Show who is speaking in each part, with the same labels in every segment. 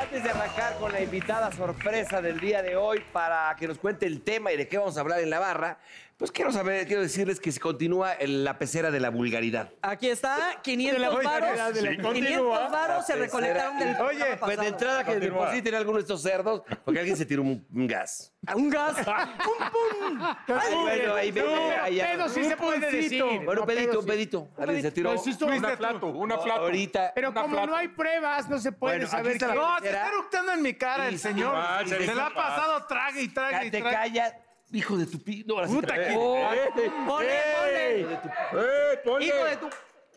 Speaker 1: antes de arrancar con la invitada sorpresa del día de hoy para que nos cuente el tema y de qué vamos a hablar en la barra, pues quiero saber, quiero decirles que se continúa en la pecera de la vulgaridad.
Speaker 2: Aquí está, 500 varos.
Speaker 3: de la-
Speaker 2: 500 varos se
Speaker 1: La
Speaker 2: recolectaron del
Speaker 1: tercera.
Speaker 2: programa
Speaker 1: Pues de
Speaker 2: pasado.
Speaker 1: entrada que
Speaker 3: Continúa.
Speaker 1: depositen alguno de estos cerdos, porque alguien se tiró un, un gas.
Speaker 2: Ah, Un gas. ¡Pum, pum!
Speaker 1: Ay, bueno, ahí ve, ahí ya.
Speaker 4: Pero sí se puede decir.
Speaker 1: Bueno, un
Speaker 4: No,
Speaker 1: pedito,
Speaker 4: pedo
Speaker 1: un
Speaker 4: sí.
Speaker 1: pedito. Alguien se tiró.
Speaker 4: No, sí estuvo
Speaker 3: Fuiste
Speaker 4: una
Speaker 3: tú.
Speaker 4: plato, una
Speaker 1: No,
Speaker 4: plato.
Speaker 1: Ahorita.
Speaker 4: Pero
Speaker 3: Una
Speaker 4: como
Speaker 3: plato.
Speaker 4: no hay pruebas, no se puede
Speaker 1: Bueno, aquí
Speaker 4: saber
Speaker 1: está la-
Speaker 4: qué-
Speaker 3: No, se está eructando en mi cara el señor.
Speaker 4: Ah,
Speaker 3: se
Speaker 4: se
Speaker 3: le ha
Speaker 4: le-
Speaker 3: pasado trague y trague
Speaker 1: Ya
Speaker 3: y
Speaker 1: te
Speaker 3: trague.
Speaker 1: callas, hijo de tu pi. No, ahora sí
Speaker 3: Puta
Speaker 1: te-
Speaker 3: que-
Speaker 1: Oh,
Speaker 2: Ponle,
Speaker 1: hijo
Speaker 2: ponle.
Speaker 1: de tu-
Speaker 4: ¡Eh, ponle!
Speaker 2: Hijo de tu...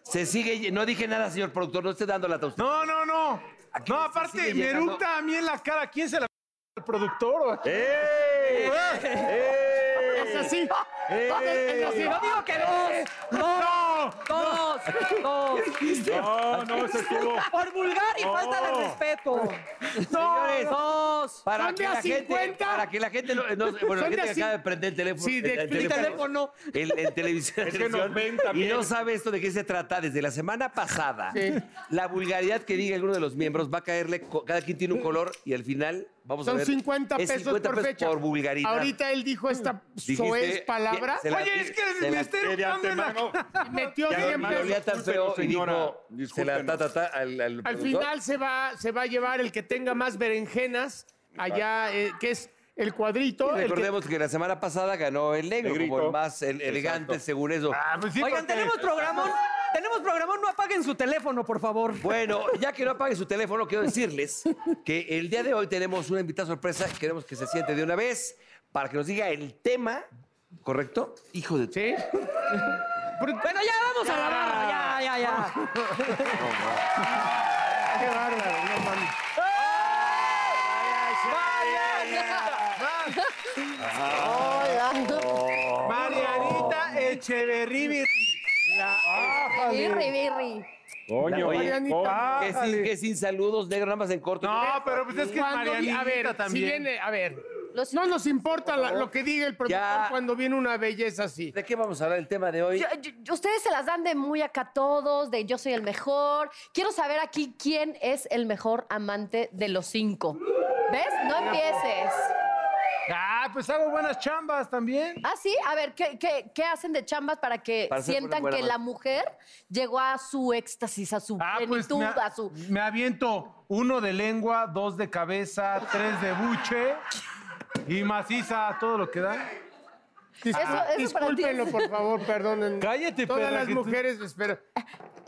Speaker 1: Se sigue. No dije nada, señor productor. No esté dando la usted.
Speaker 3: No, no, no.
Speaker 1: Aquí
Speaker 3: No,
Speaker 1: se
Speaker 3: aparte,
Speaker 1: sigue
Speaker 3: me
Speaker 1: llegando.
Speaker 3: eructa a mí en la cara. ¿Quién se la el productor o a quién?
Speaker 4: ¡Eh!
Speaker 2: Es así. Es así. No digo que dos. Dos. Dos. Dos.
Speaker 4: No, no, se estuvo.
Speaker 2: Por vulgar y falta de respeto.
Speaker 1: Pues,
Speaker 2: Señores, dos.
Speaker 1: Para
Speaker 4: ¿Son
Speaker 1: que,
Speaker 4: de a
Speaker 1: la gente,
Speaker 4: 50?
Speaker 1: para que la gente no, no- bueno, la
Speaker 4: ¿Son de
Speaker 1: gente
Speaker 4: a
Speaker 1: que
Speaker 4: cin-
Speaker 1: acaba de prender el teléfono,
Speaker 4: Sí,
Speaker 1: el,
Speaker 4: de-
Speaker 1: el
Speaker 4: el
Speaker 2: teléfono.
Speaker 1: el, el televisión,
Speaker 4: Es que nos
Speaker 1: televisión,
Speaker 4: ven
Speaker 1: y
Speaker 4: también.
Speaker 1: no sabe esto de qué se trata desde la semana pasada. La vulgaridad que diga alguno de los miembros va a caerle, co- cada quien tiene un color y al final vamos a
Speaker 4: Son
Speaker 1: ver.
Speaker 4: 50
Speaker 1: es
Speaker 4: pesos por fecha.
Speaker 1: por vulgaridad.
Speaker 4: Ahorita él dijo esta
Speaker 1: Dijiste,
Speaker 4: soez palabra.
Speaker 1: se la-
Speaker 3: Oye, es que
Speaker 1: se
Speaker 3: me
Speaker 1: la-
Speaker 3: está eructando en la cara.
Speaker 4: Metió
Speaker 1: Ya
Speaker 4: 100
Speaker 1: me
Speaker 4: pesos.
Speaker 1: olía tan feo y dijo,
Speaker 5: discúlpenos.
Speaker 1: se la ta, ta, ta, al, al
Speaker 4: Al
Speaker 1: productor.
Speaker 4: final se va, se va a llevar el que tenga más berenjenas allá, eh, que es el cuadrito.
Speaker 1: Y
Speaker 4: el que-
Speaker 1: recordemos que la semana pasada ganó el negro,
Speaker 5: Negrito.
Speaker 1: como el más el- elegante, según eso.
Speaker 3: Ah, pues sí,
Speaker 2: Oigan,
Speaker 3: porque-
Speaker 2: tenemos programón. Tenemos programón. No apaguen su teléfono, por favor.
Speaker 1: Bueno, ya que no apague su teléfono, quiero decirles que el día de hoy tenemos una invitada sorpresa. Queremos que se siente de una vez para que nos diga el tema, ¿correcto? Hijo de...
Speaker 4: ¿Sí?
Speaker 2: Bueno, ya vamos a la barra. Ya, ya, ya.
Speaker 4: Qué bárbaro, no mames.
Speaker 3: Oh, Marianita
Speaker 4: eh,
Speaker 3: Echeverría.
Speaker 6: Birri, birri.
Speaker 5: Coño,
Speaker 1: Oye,
Speaker 5: Marianita.
Speaker 3: Ah,
Speaker 1: Que sin, que sin saludos, negro, nada más en corto.
Speaker 3: No, pero pues es que es
Speaker 4: Cuando vi-
Speaker 3: Marianita
Speaker 4: a ver,
Speaker 3: también.
Speaker 4: si viene, a ver,
Speaker 6: Los-
Speaker 4: no nos importa la- lo que diga el productor
Speaker 1: Ya.
Speaker 4: cuando viene una belleza así.
Speaker 1: ¿De qué vamos a hablar el tema de hoy?
Speaker 6: Yo- yo- ustedes se las dan de muy acá todos, de yo soy el mejor. Quiero saber aquí quién es el mejor amante de los cinco. ¿Ves? No empieces.
Speaker 3: Ah, pues hago buenas chambas también.
Speaker 6: Ah, sí. A ver, ¿qué, qué, qué hacen de chambas para que
Speaker 1: Para ser
Speaker 6: sientan
Speaker 1: buena
Speaker 6: que la
Speaker 1: amante.
Speaker 6: mujer llegó a su éxtasis, a su
Speaker 3: Ah, pues
Speaker 6: plenitud,
Speaker 3: me,
Speaker 6: a
Speaker 3: a-
Speaker 6: su.
Speaker 3: me aviento uno de lengua, dos de cabeza, tres de buche y maciza, todo lo que da.
Speaker 6: Eso- eso para ti.
Speaker 4: Ah, Discúlpenlo, por favor, perdonen.
Speaker 3: Cállate,
Speaker 4: Todas
Speaker 3: perra,
Speaker 4: las
Speaker 3: que tú-
Speaker 4: mujeres, espero.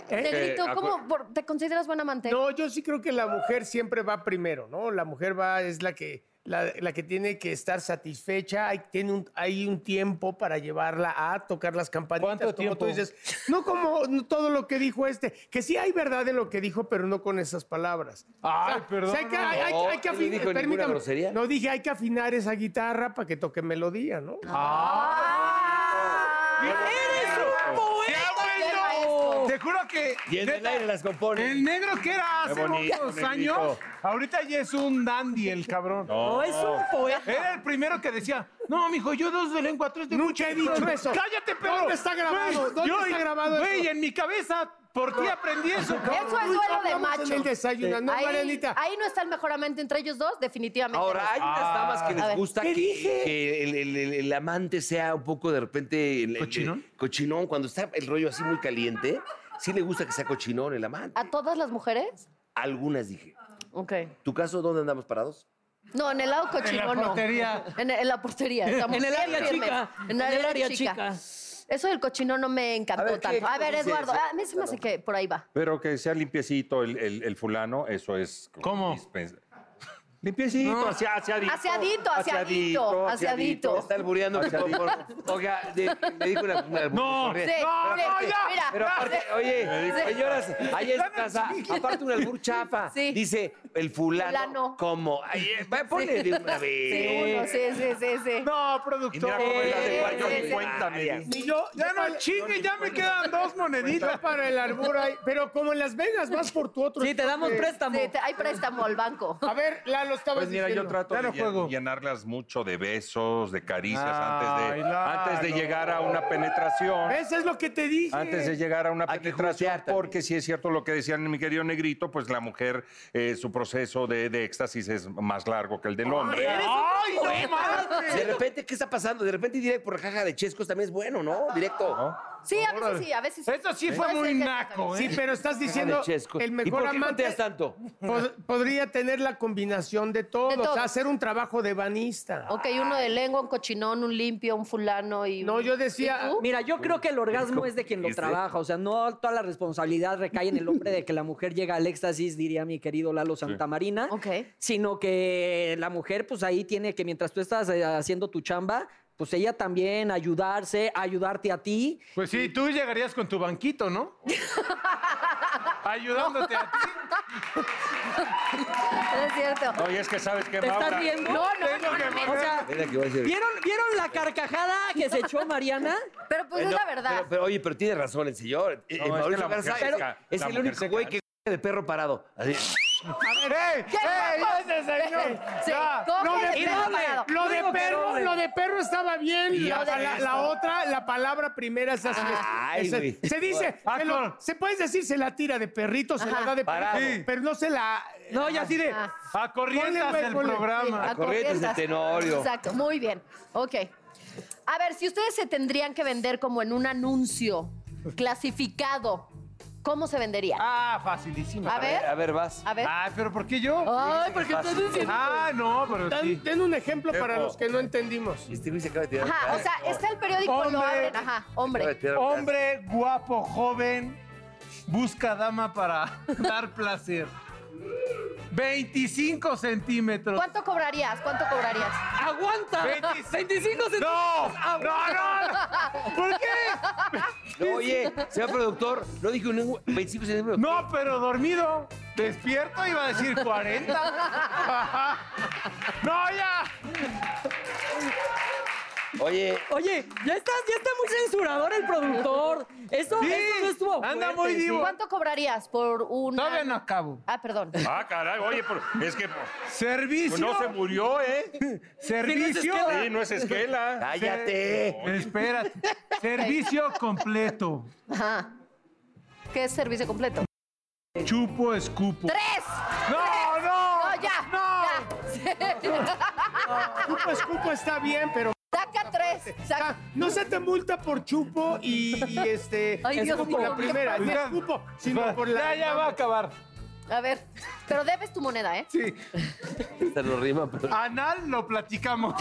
Speaker 6: Negrito,
Speaker 1: Eh, acu-
Speaker 6: ¿cómo por- te consideras buen amante?
Speaker 4: No, yo sí creo que la mujer siempre va primero, ¿no? La mujer va, es la que, la, la que tiene que estar satisfecha. Hay, tiene un, hay un tiempo para llevarla a tocar las campanitas.
Speaker 3: ¿Cuánto
Speaker 4: como
Speaker 3: tiempo?
Speaker 4: tú dices. No como no todo lo que dijo este, que sí hay verdad en lo que dijo, pero no con esas palabras.
Speaker 3: Ay, perdón.
Speaker 4: O sea, que hay, hay-
Speaker 1: No,
Speaker 4: hay que
Speaker 1: él no dijo
Speaker 4: afinar,
Speaker 1: ninguna
Speaker 4: permítame,
Speaker 1: grosería.
Speaker 4: No dije, hay que afinar esa guitarra para que toque melodía, ¿no?
Speaker 6: Ah.
Speaker 2: ¡Eres un poeta!
Speaker 6: ¡Qué maestro!
Speaker 3: Te juro que
Speaker 1: Y en el
Speaker 3: neta,
Speaker 1: aire las compone.
Speaker 3: el negro que era hace
Speaker 5: bonito,
Speaker 3: unos
Speaker 5: negrito.
Speaker 3: años, ahorita ya es un dandy el cabrón.
Speaker 2: No es un poeta.
Speaker 3: Era el primero que decía, no, mijo, yo dos de lengua, tres de
Speaker 4: Nunca he dicho eso.
Speaker 3: Cállate, pero.
Speaker 4: ¿Dónde está grabado?
Speaker 3: Güey,
Speaker 4: ¿Dónde está grabado
Speaker 3: Güey,
Speaker 4: eso?
Speaker 3: en mi cabeza, por ti aprendí eso. cabrón.
Speaker 6: Eso es duelo de
Speaker 4: Hablamos
Speaker 6: macho.
Speaker 4: En el desayuno, ¿no,
Speaker 6: ahí,
Speaker 4: Marianita?
Speaker 6: ahí no está el mejor amante entre ellos dos, definitivamente.
Speaker 1: Ahora, hay unas damas que
Speaker 6: A
Speaker 1: les
Speaker 6: ver,
Speaker 1: gusta
Speaker 4: ¿qué
Speaker 1: que,
Speaker 4: dije?
Speaker 1: que el, el- el- el amante sea un poco de repente... el- el-
Speaker 3: ¿Cochinón?
Speaker 1: cochinón, cuando está el rollo así muy caliente, sí le gusta que sea cochinón el amante.
Speaker 6: ¿A todas las mujeres?
Speaker 1: Algunas dije.
Speaker 6: Ok.
Speaker 1: ¿Tu caso dónde andamos parados?
Speaker 6: No, en el lado cochino,
Speaker 3: En la portería.
Speaker 6: no. En, en la portería. estamos
Speaker 2: En el
Speaker 6: bien
Speaker 2: área
Speaker 6: firmes.
Speaker 2: chica.
Speaker 6: En el área, chica. Eso del cochino no me encantó
Speaker 1: A ver, ¿qué-
Speaker 6: tanto. A
Speaker 1: qué
Speaker 6: ver,
Speaker 1: dice
Speaker 6: Eduardo, ah,
Speaker 1: eso?
Speaker 6: a mí se me hace que por ahí va.
Speaker 5: Pero que sea limpiecito el, el- el fulano, eso es. como
Speaker 3: ¿Cómo?
Speaker 5: dispensa- Limpiecito,
Speaker 1: pues,
Speaker 5: hacia, hacia adicto.
Speaker 6: Haciadito, haciadito, haciadito.
Speaker 1: Está albureando. Oiga, de- le dijo una... una
Speaker 3: No.
Speaker 1: corriente.
Speaker 6: Sí,
Speaker 3: No,
Speaker 6: sí,
Speaker 3: no,
Speaker 6: sí.
Speaker 3: ya.
Speaker 6: Mira,
Speaker 1: Pero aparte, oye,
Speaker 6: Sí.
Speaker 1: señoras, ahí en su casa, aparte un albur chafa,
Speaker 6: Sí.
Speaker 1: dice el fulano,
Speaker 6: Fulano.
Speaker 1: como, ay, eh, va, ponle de una
Speaker 6: sí, uno,
Speaker 1: vez.
Speaker 6: sí, sí, sí, sí.
Speaker 3: No,
Speaker 5: Y mira cómo
Speaker 3: productor.
Speaker 5: es la de
Speaker 6: Eh,
Speaker 5: cuatro
Speaker 6: eh,
Speaker 5: cincuenta,
Speaker 1: eh,
Speaker 5: me dice.
Speaker 4: Ni yo,
Speaker 3: Ya
Speaker 4: para-
Speaker 3: no chingue, ya me quedan dos moneditas.
Speaker 4: Yo para el albur ahí, pero como en Las Vegas vas por tu otro.
Speaker 2: Sí, te damos préstamo.
Speaker 6: Sí, te- hay préstamo al banco.
Speaker 4: A ver, Lalo, lo estabas
Speaker 5: Pues mira, yo
Speaker 4: diciendo.
Speaker 5: trato
Speaker 3: Ya
Speaker 5: de
Speaker 3: no
Speaker 5: llen-
Speaker 3: juego.
Speaker 5: llenarlas mucho de besos, de caricias antes,
Speaker 3: Ay, Eh,
Speaker 5: de,
Speaker 3: Lalo.
Speaker 5: antes de llegar a una penetración.
Speaker 4: ¿Ves? Es lo que te dije.
Speaker 5: Antes de llegar a una
Speaker 1: Hay que
Speaker 5: penetración,
Speaker 1: juiciar también.
Speaker 5: porque si es cierto lo que decían mi querido Negrito, pues la mujer, eh, su proceso de, de éxtasis es más largo que el del hombre.
Speaker 4: ¡Ay, no mames!
Speaker 1: De repente, ¿qué está pasando? De repente, directo por la caja de Chescos también es bueno, ¿no? Directo.
Speaker 6: Sí, a veces
Speaker 3: Órale.
Speaker 6: sí, a veces
Speaker 3: Eso sí fue
Speaker 6: Puede
Speaker 3: muy
Speaker 6: ser que-
Speaker 3: naco,
Speaker 4: Sí,
Speaker 3: ¿eh?
Speaker 4: pero estás diciendo
Speaker 1: Caja de Chescos.
Speaker 4: el
Speaker 1: ¿Y por
Speaker 4: mejor
Speaker 1: qué
Speaker 4: amante
Speaker 1: conteas tanto?
Speaker 4: pod- podría tener la combinación de todo,
Speaker 6: De
Speaker 4: o
Speaker 6: todo.
Speaker 4: sea, hacer un trabajo de banista.
Speaker 6: Ok, uno de lengua, un cochinón, un limpio, un fulano y...
Speaker 4: No,
Speaker 6: un-
Speaker 4: yo decía,
Speaker 6: ¿Y tú?
Speaker 2: Mira, yo creo que el orgasmo es de quien lo trabaja, o sea, no toda la responsabilidad recae en el hombre de que la mujer llega al éxtasis, diría mi querido Lalo Santamarina,
Speaker 6: Ok.
Speaker 2: sino que la mujer pues ahí tiene que mientras tú estás eh, haciendo tu chamba, pues ella también ayudarse, ayudarte a ti.
Speaker 3: Pues sí, tú llegarías con tu banquito, ¿no? Ayudándote a ti.
Speaker 6: No es cierto.
Speaker 5: No, y es que sabes que
Speaker 2: ¿Te
Speaker 5: Maura,
Speaker 2: estás viendo?
Speaker 6: No, no,
Speaker 3: Es lo que
Speaker 6: no,
Speaker 3: más-
Speaker 2: O sea,
Speaker 1: Mira que voy a decir-
Speaker 2: ¿vieron, ¿vieron la carcajada que se echó Mariana?
Speaker 6: Pero pues
Speaker 1: Eh,
Speaker 6: es
Speaker 1: no,
Speaker 6: la verdad.
Speaker 1: Pero, pero, oye, pero tiene razón el señor.
Speaker 5: No,
Speaker 1: Eh, eh,
Speaker 5: es que
Speaker 1: Mauricio
Speaker 5: la mujer
Speaker 1: Garza
Speaker 5: se
Speaker 1: es-
Speaker 5: ca-
Speaker 1: es
Speaker 5: la
Speaker 1: el
Speaker 5: mujer
Speaker 1: único
Speaker 5: se
Speaker 1: güey
Speaker 5: cansa.
Speaker 1: que de perro parado. Así.
Speaker 4: ¡Ey!
Speaker 6: ¿Qué
Speaker 4: ¡Ey!
Speaker 6: pasa?
Speaker 4: ese señor!
Speaker 6: Sí,
Speaker 4: Ya,
Speaker 6: ¿cómo
Speaker 4: lo
Speaker 6: que
Speaker 4: de
Speaker 6: el
Speaker 4: perro,
Speaker 6: perro parado?
Speaker 4: lo de
Speaker 2: Digo que
Speaker 4: perro,
Speaker 2: doble.
Speaker 4: lo de perro estaba bien. La,
Speaker 6: lo de
Speaker 4: pala-
Speaker 6: esto.
Speaker 4: la otra, la palabra primera es así.
Speaker 1: Ay,
Speaker 4: Esa-
Speaker 1: güey.
Speaker 4: se dice,
Speaker 3: Ah,
Speaker 4: se, lo-
Speaker 3: claro.
Speaker 4: se puede decir, se la tira de perrito, se la da de
Speaker 1: Parado.
Speaker 4: perrito, pero no se la.
Speaker 3: No, y así de.
Speaker 6: Ah.
Speaker 3: A corrientas
Speaker 4: Ponle, güey,
Speaker 3: el
Speaker 4: ponle.
Speaker 3: programa.
Speaker 6: A
Speaker 1: corrientes de
Speaker 6: corrientas.
Speaker 1: Tenorio.
Speaker 6: Exacto, muy bien. Ok. A ver, si ustedes se tendrían que vender como en un anuncio clasificado, ¿cómo se vendería?
Speaker 3: Ah, facilísima.
Speaker 6: A ver,
Speaker 1: A ver, vas.
Speaker 6: a ver. Oh.
Speaker 3: Ay, pero ¿por qué yo?
Speaker 6: Ay, porque estás diciendo...
Speaker 3: Ah, no, pero
Speaker 4: Dan,
Speaker 3: sí.
Speaker 4: den un ejemplo para
Speaker 5: Epo.
Speaker 4: los que no entendimos.
Speaker 1: Este güey se acaba de tirar.
Speaker 6: Ajá, o sea, está el periódico, lo
Speaker 3: Hombre.
Speaker 6: abren. Ajá,
Speaker 1: Acaba de
Speaker 6: hombre.
Speaker 1: tirar-
Speaker 3: Hombre guapo, joven, busca dama para dar placer. 25 centímetros.
Speaker 6: ¿Cuánto cobrarías? ¿Cuánto cobrarías?
Speaker 2: ¡Aguanta!
Speaker 3: 25.
Speaker 2: 25 centímetros.
Speaker 3: ¡No! ¡No, no! no. ¿Por qué?
Speaker 1: No, oye, señor productor, no dije un ningún- 25 centímetros.
Speaker 3: No, pero dormido. Despierto iba a decir 40. Ajá. ¡No, ya!
Speaker 1: Oye,
Speaker 2: Oye, ya estás, ya está muy censurador el productor. Eso,
Speaker 3: Sí,
Speaker 2: eso no estuvo
Speaker 3: anda
Speaker 2: fuerte,
Speaker 3: muy
Speaker 2: sí.
Speaker 3: divo.
Speaker 6: ¿Cuánto cobrarías por un.?
Speaker 3: Todavía no acabo.
Speaker 6: Ah, perdón.
Speaker 5: Ah, caray, oye, por- es que pues,
Speaker 3: Servicio.
Speaker 5: no se murió, ¿eh?
Speaker 3: Servicio.
Speaker 2: esquela.
Speaker 5: Sí, no es esquela.
Speaker 1: cállate.
Speaker 3: Espérate. Servicio completo.
Speaker 6: Ajá. ¿Qué es servicio completo?
Speaker 3: Chupo, escupo.
Speaker 6: ¡Tres!
Speaker 3: ¡No, no!
Speaker 6: ¡No, ya!
Speaker 3: ¡No!
Speaker 6: ¡Ya!
Speaker 4: Chupo escupo está bien, pero.
Speaker 6: ¡Saca tres!
Speaker 4: ah,
Speaker 6: ¡Saca!
Speaker 4: No se te multa por chupo y, y, este.
Speaker 6: Ay, Dios
Speaker 4: escupo,
Speaker 6: mío,
Speaker 4: la
Speaker 6: ¿qué
Speaker 4: primera,
Speaker 6: pasa?
Speaker 4: no escupo, sino por
Speaker 3: Ya,
Speaker 4: la.
Speaker 3: ya va a acabar.
Speaker 6: A ver. Pero debes tu moneda, ¿eh?
Speaker 3: Sí.
Speaker 1: Esta no rima, pero.
Speaker 3: Anal lo platicamos.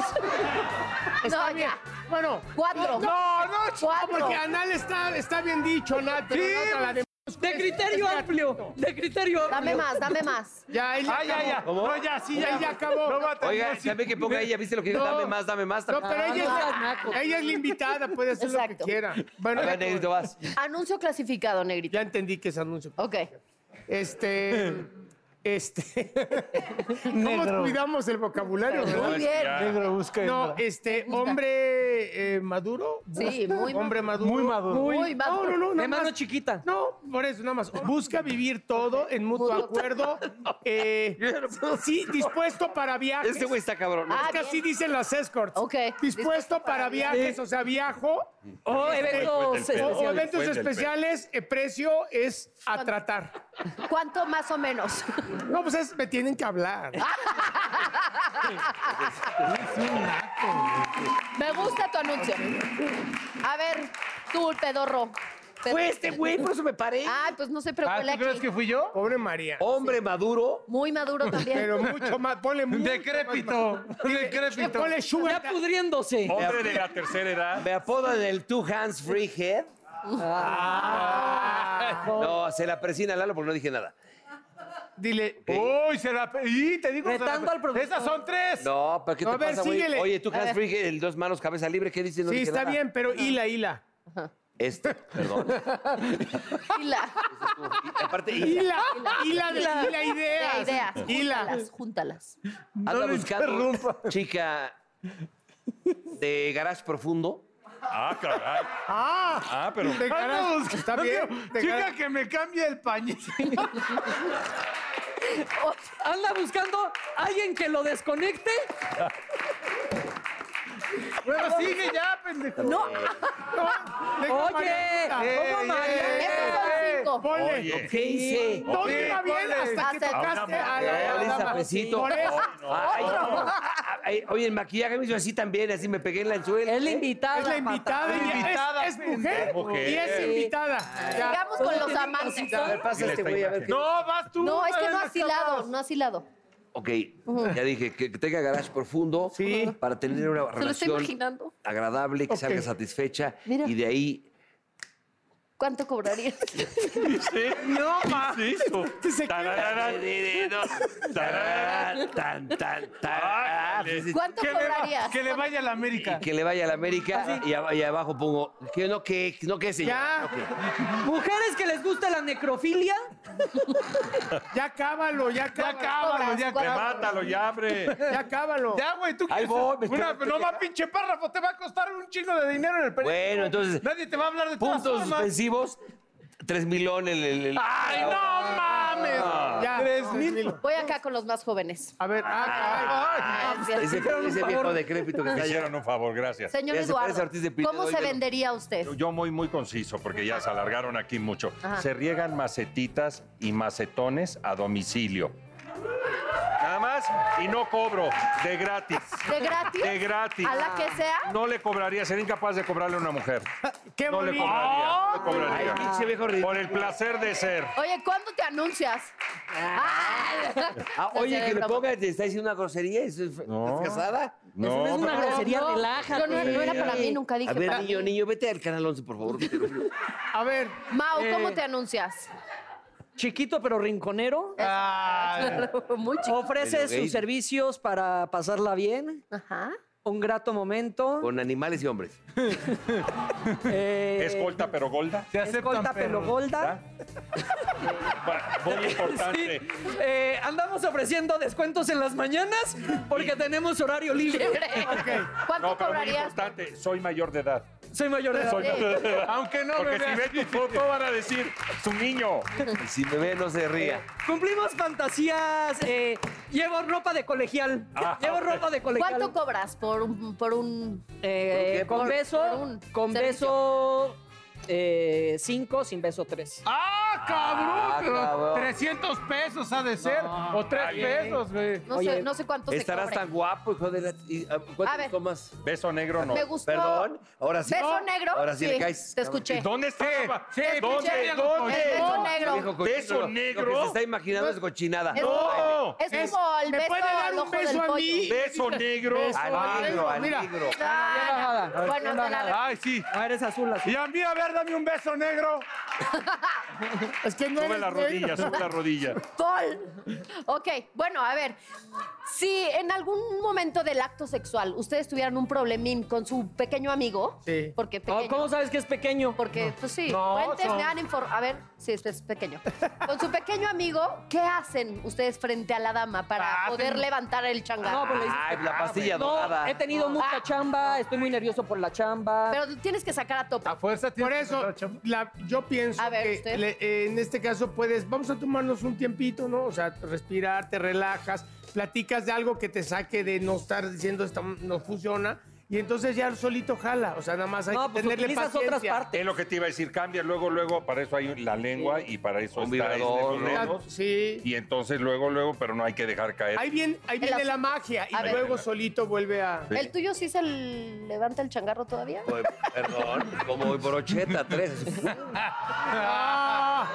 Speaker 6: No,
Speaker 4: Está bien.
Speaker 6: ya.
Speaker 4: Bueno,
Speaker 6: Cuatro.
Speaker 3: No, no,
Speaker 6: Cuatro.
Speaker 4: porque anal está, está bien dicho, Nat, pero
Speaker 3: Sí, pues,
Speaker 4: la otra, la de.
Speaker 2: De criterio amplio. De criterio amplio.
Speaker 6: Dame más, dame más.
Speaker 4: Ya, ahí le
Speaker 3: Ah, ya,
Speaker 4: acabó.
Speaker 3: ya. No, ya, sí,
Speaker 4: Ya,
Speaker 3: ya.
Speaker 4: ya acabó.
Speaker 3: No va a terminar
Speaker 1: Oiga,
Speaker 3: así.
Speaker 1: también que ponga ella, ¿viste lo que dijo?
Speaker 4: No.
Speaker 1: Dame más, dame más.
Speaker 4: No, pero
Speaker 2: no seas
Speaker 4: ella,
Speaker 2: naco.
Speaker 4: es, ella es la invitada, puede hacer lo
Speaker 6: Exacto.
Speaker 4: que quiera. Bueno,
Speaker 1: A ver, negrito, vas.
Speaker 6: Anuncio clasificado, negrito.
Speaker 4: ya entendí que es anuncio.
Speaker 6: Ok.
Speaker 4: Este. Este. ¿Cómo
Speaker 3: Negro.
Speaker 4: cuidamos el vocabulario? verdad?
Speaker 6: Muy bien.
Speaker 3: Negro busca
Speaker 4: No, este, hombre eh, maduro.
Speaker 6: Sí, muy
Speaker 4: Hombre maduro.
Speaker 3: Muy maduro.
Speaker 6: Muy
Speaker 4: No, no,
Speaker 6: maduro.
Speaker 4: no, nada
Speaker 2: De mano
Speaker 4: más.
Speaker 2: chiquita.
Speaker 4: No, por eso, nada más. Busca vivir todo en mutuo
Speaker 6: Mutuo.
Speaker 4: acuerdo. eh, sí, dispuesto para viajes.
Speaker 1: Este güey está cabrón. ¿no?
Speaker 6: Ah,
Speaker 4: Es que
Speaker 6: bien.
Speaker 4: así dicen las escorts.
Speaker 6: Ok.
Speaker 4: Dispuesto para viajes, o sea, viajo.
Speaker 2: Oh, eventos
Speaker 5: Fue- fue del pelo.
Speaker 4: O, o
Speaker 2: especiales.
Speaker 4: eventos
Speaker 5: Después del
Speaker 4: especiales, el precio es a tratar.
Speaker 6: ¿Cuánto más o menos?
Speaker 4: No, pues es, me tienen que hablar.
Speaker 6: Me gusta tu anuncio. A ver, tú, pedorro.
Speaker 1: Fue este güey, por eso me paré.
Speaker 6: Ay, pues no se
Speaker 3: Ah,
Speaker 6: preocupe
Speaker 3: ¿tú crees que
Speaker 6: aquí.
Speaker 3: fui yo?
Speaker 4: Pobre María.
Speaker 1: Hombre maduro.
Speaker 6: Muy maduro también.
Speaker 4: Pero mucho más, ponle mucho
Speaker 3: Decrépito.
Speaker 4: más.
Speaker 3: Decrépito.
Speaker 4: Ponle sugar.
Speaker 2: Ya pudriéndose.
Speaker 5: Hombre de la tercera edad.
Speaker 1: Me apodan el Two Hands Free Head. No, se la presina Lalo porque no dije nada.
Speaker 4: Dile.
Speaker 3: Uy, se la... pe- Y te digo... se la
Speaker 2: Retando
Speaker 3: pe-
Speaker 2: al productor.
Speaker 3: Esas son tres.
Speaker 1: No, pero ¿qué
Speaker 4: No,
Speaker 1: te
Speaker 4: a ver,
Speaker 1: pasa, güey?
Speaker 4: síguele.
Speaker 1: Oye, Two
Speaker 6: A
Speaker 1: Hands
Speaker 6: ver.
Speaker 1: Free Head, el dos manos, cabeza libre, ¿qué dices? No
Speaker 4: sí,
Speaker 1: dije
Speaker 4: está
Speaker 1: nada.
Speaker 4: bien, pero hila, hila.
Speaker 1: Este, perdón.
Speaker 6: Y la-
Speaker 1: Y aparte, y-
Speaker 4: Hila, hila de
Speaker 6: Hila.
Speaker 4: hila ideas.
Speaker 6: De ideas.
Speaker 4: Hila.
Speaker 6: Júntalas, júntalas.
Speaker 1: anda
Speaker 3: lo
Speaker 1: buscando
Speaker 3: interrumpa.
Speaker 1: chica de garage profundo.
Speaker 5: Ah, caray.
Speaker 4: Ah,
Speaker 5: Ah, pero.
Speaker 4: te
Speaker 3: Ando
Speaker 4: ganas-
Speaker 3: buscando-
Speaker 4: Está bien. te
Speaker 3: Chica,
Speaker 4: ganas-
Speaker 3: que me cambie el pañal.
Speaker 2: Anda buscando alguien que lo desconecte.
Speaker 3: Bueno, sigue ya, pendejo. Eh,
Speaker 6: No,
Speaker 2: Oye, ¿cómo
Speaker 3: eh,
Speaker 6: esos
Speaker 2: Mariana?
Speaker 6: son cinco.
Speaker 4: Ponle.
Speaker 5: Oye.
Speaker 1: ¿Qué hice?
Speaker 4: Todo
Speaker 5: Oye,
Speaker 4: iba bien
Speaker 3: ponle.
Speaker 4: hasta que
Speaker 6: Hasta el-
Speaker 4: tocaste a
Speaker 1: No,
Speaker 4: la, a la
Speaker 1: Lisa,
Speaker 4: dama.
Speaker 1: pesito.
Speaker 4: Por eso,
Speaker 1: Ay, ay, Oye, el maquillaje me hizo así también, así me pegué en la anzuela. ¿Eh?
Speaker 2: Es la invitada.
Speaker 4: es la invitada.
Speaker 3: Es
Speaker 4: y
Speaker 3: invitada,
Speaker 4: es, es mujer,
Speaker 5: mujer.
Speaker 4: y es invitada. Ya.
Speaker 6: Sigamos con los amantes.
Speaker 1: A ver, pasa
Speaker 5: Dile
Speaker 1: este
Speaker 5: esta
Speaker 1: güey a ver
Speaker 5: imagen.
Speaker 1: qué.
Speaker 3: No, vas tú.
Speaker 6: No, es que no
Speaker 3: Adela,
Speaker 6: asilado,
Speaker 3: acabas.
Speaker 6: no asilado.
Speaker 1: Ok, ya dije, que que tenga garage profundo
Speaker 4: Sí.
Speaker 1: para tener una
Speaker 6: Se lo estoy
Speaker 1: relación
Speaker 6: imaginando.
Speaker 1: agradable, que
Speaker 4: Ok.
Speaker 1: salga satisfecha
Speaker 6: Mira.
Speaker 1: y de ahí...
Speaker 6: ¿Cuánto cobrarías?
Speaker 3: No, ma.
Speaker 1: Tararara, tararara, tan, tan, tan.
Speaker 6: ¿Cuánto
Speaker 3: Que le, va-
Speaker 6: cobrarías?
Speaker 3: que le vaya a la América.
Speaker 1: Y que le vaya a la América y, ab- y abajo pongo, que no que, no que señora.
Speaker 4: Ya.
Speaker 1: Ok.
Speaker 2: Mujeres que les gusta la necrofilia.
Speaker 4: Ya cábalo, ya
Speaker 3: Ya
Speaker 4: cábalo.
Speaker 3: cábalo, ya
Speaker 6: ¿Cuánto?
Speaker 3: cábalo.
Speaker 5: Remátalo ya, hombre.
Speaker 4: Ya cábalo.
Speaker 3: Ya, güey, tú
Speaker 1: Ahí
Speaker 3: quieres.
Speaker 1: voy, me
Speaker 3: una,
Speaker 1: estoy-
Speaker 3: no más pinche párrafo, te va a costar un chingo de dinero en el periódico.
Speaker 1: Bueno, entonces,
Speaker 3: Nadie te va a hablar de todas
Speaker 1: puntos
Speaker 3: formas.
Speaker 1: suspensivos, tres milón en el... Ah, el-
Speaker 3: ¡Ay, no mames!
Speaker 4: Ya.
Speaker 3: Ah. Tres mil.
Speaker 6: Voy acá con los más jóvenes.
Speaker 4: A ver, ah,
Speaker 6: Ah, bien.
Speaker 1: Ese, ese viejo decrépito que
Speaker 5: Me
Speaker 1: está allá.
Speaker 5: hicieron un favor, gracias.
Speaker 6: Señor
Speaker 1: Ya se parece a
Speaker 6: Eduardo,
Speaker 1: Ortiz de Pinedo,
Speaker 6: ¿cómo se
Speaker 1: oye.
Speaker 6: vendería usted?
Speaker 5: Yo muy, muy conciso, porque ya se alargaron aquí mucho.
Speaker 6: Ajá.
Speaker 5: Se riegan macetitas y macetones a domicilio. Nada más, y no cobro, de gratis.
Speaker 6: ¿De gratis?
Speaker 5: De gratis.
Speaker 6: ¿A la que sea?
Speaker 5: No le cobraría, sería incapaz de cobrarle a una mujer.
Speaker 4: caray. Qué
Speaker 5: No le
Speaker 4: bonito.
Speaker 5: cobraría, no le
Speaker 1: Ay,
Speaker 5: cobraría.
Speaker 1: pinche viejo ridículo.
Speaker 5: Por el placer de ser.
Speaker 6: Oye, ¿cuándo te anuncias?
Speaker 1: Ah,
Speaker 6: No,
Speaker 1: oye,
Speaker 6: sea
Speaker 1: que
Speaker 6: de
Speaker 1: le
Speaker 6: broma.
Speaker 1: pongas, te está diciendo una grosería. eso es-
Speaker 5: No.
Speaker 1: ¿Estás casada?
Speaker 5: No,
Speaker 2: es una
Speaker 5: pero-
Speaker 2: grosería,
Speaker 6: no,
Speaker 2: relájate.
Speaker 6: no, no, no era para mí, nunca dije
Speaker 1: A ver,
Speaker 6: para
Speaker 1: niño,
Speaker 6: mí.
Speaker 1: niño, vete al canal 11, por favor. que te lo juro.
Speaker 4: A ver,
Speaker 6: Mau, ¿cómo
Speaker 2: Eh.
Speaker 6: te anuncias?
Speaker 2: Chiquito pero rinconero.
Speaker 3: Ah, Ay,
Speaker 6: Muy chico.
Speaker 2: Ofrece
Speaker 1: Medio gay.
Speaker 2: sus servicios para pasarla bien.
Speaker 6: Ajá.
Speaker 2: Un grato momento.
Speaker 1: Con animales y hombres.
Speaker 2: Eh,
Speaker 5: ¿Es colta pero golda?
Speaker 3: te aceptan,
Speaker 2: escolta
Speaker 3: perro.
Speaker 2: pelogolda.
Speaker 5: Va, Muy importante.
Speaker 2: Sí. Eh, andamos ofreciendo descuentos en las mañanas porque tenemos horario libre.
Speaker 6: ¿Cuánto
Speaker 5: No, pero muy
Speaker 6: cobrarías? Eh,
Speaker 5: importante, soy mayor de edad.
Speaker 2: Soy mayor de edad.
Speaker 5: Soy mayor de edad.
Speaker 3: Aunque no
Speaker 5: Porque
Speaker 3: me
Speaker 5: si
Speaker 3: veas.
Speaker 5: ven tu foto van a decir, su niño.
Speaker 1: Y Si me ve, no se ría.
Speaker 2: Cumplimos fantasías. eh, llevo ropa de colegial.
Speaker 5: Ah,
Speaker 2: llevo
Speaker 5: ok.
Speaker 2: ropa de colegial.
Speaker 6: ¿Cuánto cobras por un, por un
Speaker 2: Eh,
Speaker 1: ¿Por qué?
Speaker 2: con
Speaker 1: Por-
Speaker 6: por
Speaker 2: beso,
Speaker 6: un
Speaker 2: con
Speaker 6: servicio.
Speaker 2: beso eh, cinco, sin beso tres.
Speaker 3: ¡Ah, cabrón!
Speaker 1: Ah,
Speaker 3: pero
Speaker 1: cabrón.
Speaker 3: 300 pesos ha de ser. o 3
Speaker 5: Ay,
Speaker 3: pesos, güey.
Speaker 6: no
Speaker 2: Oye,
Speaker 6: sé, no sé cuánto se
Speaker 1: Estarás
Speaker 6: cobra.
Speaker 1: tan guapo, hijo de la. y, ah,
Speaker 6: A ver.
Speaker 1: ¿Cuánto tomas?
Speaker 5: Beso negro no.
Speaker 6: Me gustó.
Speaker 1: Perdón, ahora sí.
Speaker 6: ¿Beso
Speaker 1: No,
Speaker 6: negro?
Speaker 1: Ahora sí, le caes.
Speaker 6: Te escuché.
Speaker 5: ¿Dónde está?
Speaker 3: Sí,
Speaker 6: Te
Speaker 5: ¿Dónde?
Speaker 6: escuché.
Speaker 5: ¿Dónde?
Speaker 6: El beso negro.
Speaker 1: Dijo cochino,
Speaker 5: ¿Beso
Speaker 1: lo- lo
Speaker 5: negro?
Speaker 1: que se está imaginando es cochinada.
Speaker 6: Es-
Speaker 5: ¡No!
Speaker 6: Es,
Speaker 4: Es-
Speaker 6: como el
Speaker 4: ¿me
Speaker 6: beso
Speaker 4: puede dar
Speaker 6: al
Speaker 4: un
Speaker 6: ojo del
Speaker 4: beso a
Speaker 6: pollo.
Speaker 4: mí?
Speaker 5: Beso negro.
Speaker 1: Al negro, al
Speaker 4: mira.
Speaker 1: negro.
Speaker 6: Ah,
Speaker 2: nada.
Speaker 6: Bueno, te la
Speaker 3: Ay, sí.
Speaker 2: Ah, eres azul, azul.
Speaker 3: Y a mí, a ver, dame un beso negro.
Speaker 4: es que no
Speaker 5: Sube
Speaker 4: eres
Speaker 5: la
Speaker 4: güey.
Speaker 5: rodilla, sube la rodilla.
Speaker 6: Paul. Ok, bueno, a ver. Si en algún momento del acto sexual ustedes tuvieran un problemín con su pequeño amigo,
Speaker 4: Sí.
Speaker 6: porque
Speaker 2: Oh,
Speaker 6: pequeño,
Speaker 2: ¿Cómo sabes que es pequeño?
Speaker 6: porque pues sí,
Speaker 3: No,
Speaker 6: fuentes
Speaker 3: son-
Speaker 6: me han informado. A ver, sí, este es pequeño. Con su pequeño amigo, ¿qué hacen ustedes frente a la dama para
Speaker 3: Ah,
Speaker 6: poder
Speaker 3: ten-
Speaker 6: levantar el changarro?
Speaker 2: No, pues le dices
Speaker 1: Ay, la pastilla
Speaker 2: No,
Speaker 1: dorada.
Speaker 2: he tenido mucha chamba, estoy muy nervioso por la chamba.
Speaker 6: Pero tienes que sacar a tope.
Speaker 3: A fuerza tienes
Speaker 4: Por
Speaker 3: que
Speaker 4: eso,
Speaker 3: agarrar, chamo.
Speaker 4: la- yo pienso
Speaker 6: A ver,
Speaker 4: que
Speaker 6: usted.
Speaker 4: le- eh, en este caso puedes, vamos a tomarnos un tiempito, ¿no? O sea, respirar, te relajas, platicas de algo que te saque de no estar diciendo esto no funciona y entonces ya solito jala, o sea, nada más hay
Speaker 2: no,
Speaker 4: que
Speaker 2: pues
Speaker 4: tenerle
Speaker 2: utilizas
Speaker 4: paciencia.
Speaker 2: otras partes.
Speaker 5: Es lo que te iba a decir, cambia luego, luego, para eso hay la lengua y para eso
Speaker 1: Un
Speaker 5: está
Speaker 1: vibrador,
Speaker 5: este,
Speaker 1: ¿no?
Speaker 4: Ya,
Speaker 5: menos.
Speaker 4: Sí.
Speaker 5: Y entonces luego, luego, pero no hay que dejar caer.
Speaker 4: Ahí viene, ahí
Speaker 6: El
Speaker 4: viene
Speaker 6: asunto.
Speaker 4: la magia y
Speaker 6: A ver.
Speaker 4: luego solito vuelve a
Speaker 5: Sí.
Speaker 6: ¿El tuyo sí se levanta el changarro todavía?
Speaker 1: Oye, Perdón, como voy por 80, 3. Ah,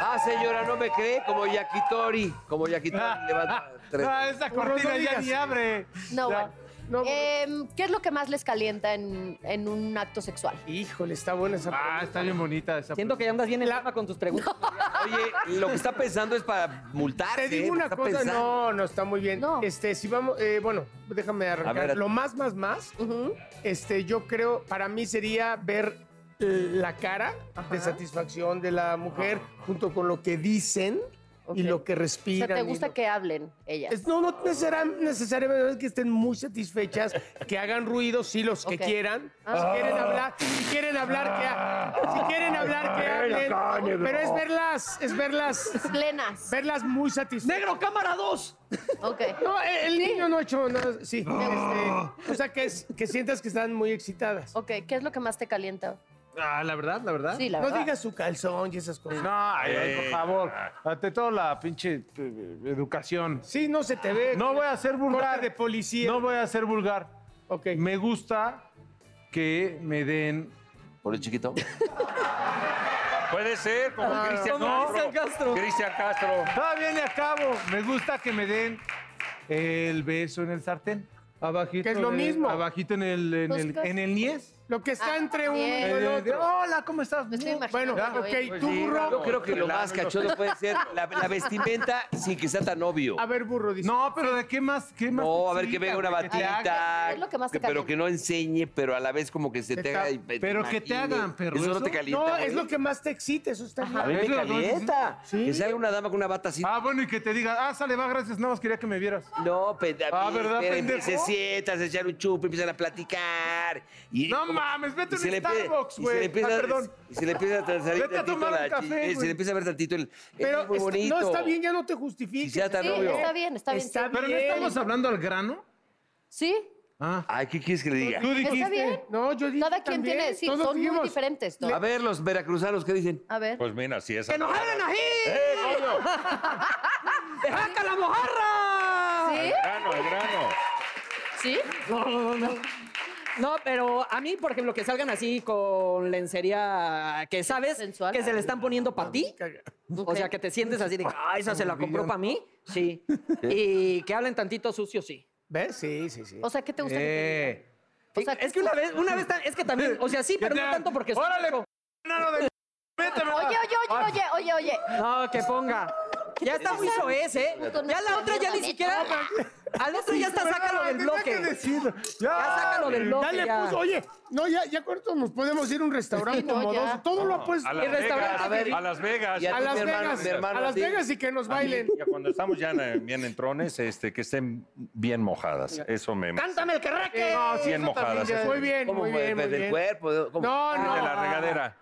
Speaker 1: ah, señora, no me cree, como Yakitori, como
Speaker 4: Ah.
Speaker 1: Yakitori levanta tres.
Speaker 3: Ah, esa
Speaker 4: Pero no
Speaker 3: cortina ya
Speaker 4: digas
Speaker 3: ni
Speaker 4: eso.
Speaker 3: abre.
Speaker 6: No,
Speaker 3: Ya.
Speaker 6: bueno.
Speaker 4: No, pues. bueno.
Speaker 6: Em, ¿Qué es lo que más les calienta en, en un acto sexual?
Speaker 4: Híjole, está buena esa
Speaker 3: Ah,
Speaker 4: pregunta.
Speaker 3: está bien bonita esa.
Speaker 2: Siento que ya andas bien en lama con tus preguntas.
Speaker 1: Oye, lo que está pensando es para multarte.
Speaker 4: Te digo una
Speaker 1: está
Speaker 4: cosa,
Speaker 1: pensando.
Speaker 4: no, no está muy bien.
Speaker 6: No.
Speaker 4: Este, si vamos, eh, bueno, déjame arrancar.
Speaker 1: ver, a-
Speaker 4: Lo más, más, más,
Speaker 6: Ujú.
Speaker 4: este, yo creo, para mí sería ver la cara de satisfacción de la mujer junto con lo que dicen
Speaker 6: Ok.
Speaker 4: y lo que
Speaker 6: O sea,
Speaker 4: respiran.
Speaker 6: ¿te
Speaker 4: y
Speaker 6: gusta
Speaker 4: lo-
Speaker 6: que hablen ellas?
Speaker 4: Es- no, no necesar- necesariamente es que estén muy satisfechas, que hagan ruido, sí, los que
Speaker 6: Ok.
Speaker 4: quieran.
Speaker 6: Ah.
Speaker 4: Si quieren hablar, si quieren hablar, que ha- si quieren hablar,
Speaker 1: Ah.
Speaker 4: que hablen. Pero es verlas, es verlas,
Speaker 6: Plenas.
Speaker 4: verlas muy satisfechas.
Speaker 2: ¡Negro, cámara 2!
Speaker 6: Ok.
Speaker 4: No, el el niño no ha hecho nada. Sí. este, o sea, que, es- que sientas que están muy excitadas.
Speaker 6: Ok, ¿qué es lo que más te calienta?
Speaker 3: Ah, la verdad, la verdad.
Speaker 6: Sí, la
Speaker 4: No
Speaker 6: verdad.
Speaker 4: digas su calzón y esas cosas.
Speaker 3: No, ay, ay, por favor. Ante toda la pinche eh, eh, educación.
Speaker 4: Sí, no se te ve.
Speaker 3: No voy a ser
Speaker 4: Corte
Speaker 3: vulgar.
Speaker 4: de policía.
Speaker 3: No voy a ser vulgar.
Speaker 4: Ok.
Speaker 3: Me gusta que me den.
Speaker 1: Por el chiquito.
Speaker 5: Puede ser, como Cristian
Speaker 2: como
Speaker 5: Castro.
Speaker 2: Cristian Castro.
Speaker 5: Cristian Castro.
Speaker 3: Todavía ni acabo. Me gusta que me den el beso en el sartén. Abajito.
Speaker 4: Que es lo
Speaker 3: en el-
Speaker 4: mismo.
Speaker 3: Abajito en el, en
Speaker 6: Pues
Speaker 3: el,
Speaker 6: casi.
Speaker 3: en el niez.
Speaker 4: Lo que está
Speaker 6: Ah,
Speaker 4: entre uno y
Speaker 6: bien.
Speaker 4: el
Speaker 3: Eh, de-
Speaker 4: otro.
Speaker 3: Hola, ¿cómo estás?
Speaker 6: Me estoy imaginando.
Speaker 4: Bueno,
Speaker 3: Ya,
Speaker 4: ok, tú,
Speaker 5: sí,
Speaker 1: Yo
Speaker 4: burro.
Speaker 1: creo que lo más cachondo puede ser la, la vestimenta sin que sea tan obvio.
Speaker 4: A ver, burro, dice.
Speaker 3: No, pero ¿de qué más? ¿Qué más?
Speaker 1: No, a ver, que
Speaker 3: excitas,
Speaker 1: venga una
Speaker 3: güey? Que te hagan.
Speaker 1: batita.
Speaker 6: Es lo que más te
Speaker 1: pero
Speaker 6: calienta.
Speaker 1: que no enseñe, pero a la vez como que se
Speaker 4: Que
Speaker 1: te
Speaker 4: ta-
Speaker 1: haga.
Speaker 3: pero que te hagan, perro,
Speaker 1: Eso no
Speaker 3: eso-
Speaker 1: te calienta.
Speaker 4: No, es
Speaker 1: güey.
Speaker 4: lo que más te excita, eso está
Speaker 1: A
Speaker 4: bien.
Speaker 1: mí
Speaker 3: Es
Speaker 1: me
Speaker 3: lo que más
Speaker 1: calienta.
Speaker 4: Sí.
Speaker 1: Que salga una dama con una bata así.
Speaker 3: Ah, bueno, y que te diga, ah, sale, va, gracias, nada más quería que me vieras.
Speaker 1: No, pendejo.
Speaker 3: Ah, ¿verdad, pendejo?
Speaker 1: Se sientan, se echan un chupo, empiezan a platicar. Y
Speaker 3: No
Speaker 1: como-
Speaker 3: mames,
Speaker 1: y
Speaker 3: vete a
Speaker 1: se
Speaker 3: un
Speaker 1: le empie-
Speaker 3: Starbucks,
Speaker 1: y se
Speaker 3: güey.
Speaker 1: le empieza-
Speaker 3: Ah, perdón.
Speaker 1: Y se le empieza a salir
Speaker 3: Vete a
Speaker 1: tantito
Speaker 3: tomar un
Speaker 1: la
Speaker 3: café,
Speaker 1: chi- eh, Se
Speaker 3: güey.
Speaker 1: le empieza a ver tantito el.
Speaker 4: Pero
Speaker 1: es muy
Speaker 4: está-
Speaker 1: bonito.
Speaker 4: no está bien, ya no te
Speaker 1: Si
Speaker 4: justifiques.
Speaker 1: sea tan
Speaker 6: Sí,
Speaker 1: obvio.
Speaker 6: está bien, está bien.
Speaker 4: Está
Speaker 6: sí.
Speaker 3: Pero no
Speaker 4: bien.
Speaker 3: estamos hablando al grano.
Speaker 6: ¿Sí?
Speaker 3: Ah,
Speaker 1: Ay, ¿qué quieres que le diga?
Speaker 3: tú dijiste.
Speaker 6: Está bien.
Speaker 4: No, yo dije
Speaker 6: Cada quien
Speaker 4: también,
Speaker 6: tiene, sí,
Speaker 4: todos
Speaker 6: son muy
Speaker 4: dijimos,
Speaker 6: diferentes. ¿no?
Speaker 1: A ver, los veracruzanos, ¿qué dicen?
Speaker 6: A ver.
Speaker 5: Pues mira, si es.
Speaker 2: ¡Que nos hagan ahí!
Speaker 5: ¡Eh, coño!
Speaker 2: ¡Dejaca la mojarra!
Speaker 6: ¿Sí?
Speaker 4: ah,
Speaker 5: Grano, el grano.
Speaker 6: ¿Sí?
Speaker 2: No, pero a mí, por ejemplo, que salgan así con lencería que sabes
Speaker 6: Sensual.
Speaker 2: que se le
Speaker 3: Ah,
Speaker 2: están poniendo para ti. O
Speaker 6: Ok.
Speaker 2: sea, que te sientes así de, ah, esa se la compró para mí. Sí. Y que hablen tantito sucio, sí.
Speaker 4: ¿Ves? Sí, sí, sí.
Speaker 6: O sea, ¿qué te gusta? que te digan?
Speaker 3: Eh,
Speaker 6: O sea,
Speaker 2: es que una vez, una vez, ta- es que también, o sea, sí, pero no
Speaker 3: te-
Speaker 2: tanto porque...
Speaker 3: ¡Órale! enano de- métemela.
Speaker 6: Oye, oye,
Speaker 4: ah,
Speaker 6: oye, oye, oye, oye.
Speaker 2: No, que ponga. Ya está muy soez, ¿eh? Ya la otra ya ni siquiera... Al otro ya está, sácalo del
Speaker 3: Tenía que
Speaker 2: bloque.
Speaker 3: decirlo.
Speaker 2: Ya sácalo del
Speaker 4: ya
Speaker 2: bloque,
Speaker 4: le
Speaker 2: ya.
Speaker 4: puso, oye, no, ya, ya corto, nos podemos ir a un restaurante
Speaker 6: Sí, no,
Speaker 4: como
Speaker 6: ya.
Speaker 4: dos. Todo lo ha puesto.
Speaker 5: A
Speaker 4: A
Speaker 5: Las
Speaker 2: El restaurante
Speaker 5: Vegas, a,
Speaker 2: que-
Speaker 5: ver, a Las Vegas.
Speaker 1: Y a-
Speaker 4: Las
Speaker 1: mi hermano,
Speaker 4: Vegas,
Speaker 1: mi hermano,
Speaker 4: a Las
Speaker 1: sí.
Speaker 4: Vegas y que nos bailen.
Speaker 5: Ya cuando estamos ya na- bien en trones, este, que estén bien mojadas. Eso me.
Speaker 2: ¡Cántame el carraque!
Speaker 5: Bien mojadas. eso.
Speaker 4: Muy bien,
Speaker 1: ¿Cómo
Speaker 4: muy bien, muy
Speaker 1: del
Speaker 4: bien.
Speaker 1: cuerpo? ¿Cómo?
Speaker 4: No,
Speaker 5: De
Speaker 4: no,
Speaker 5: la regadera.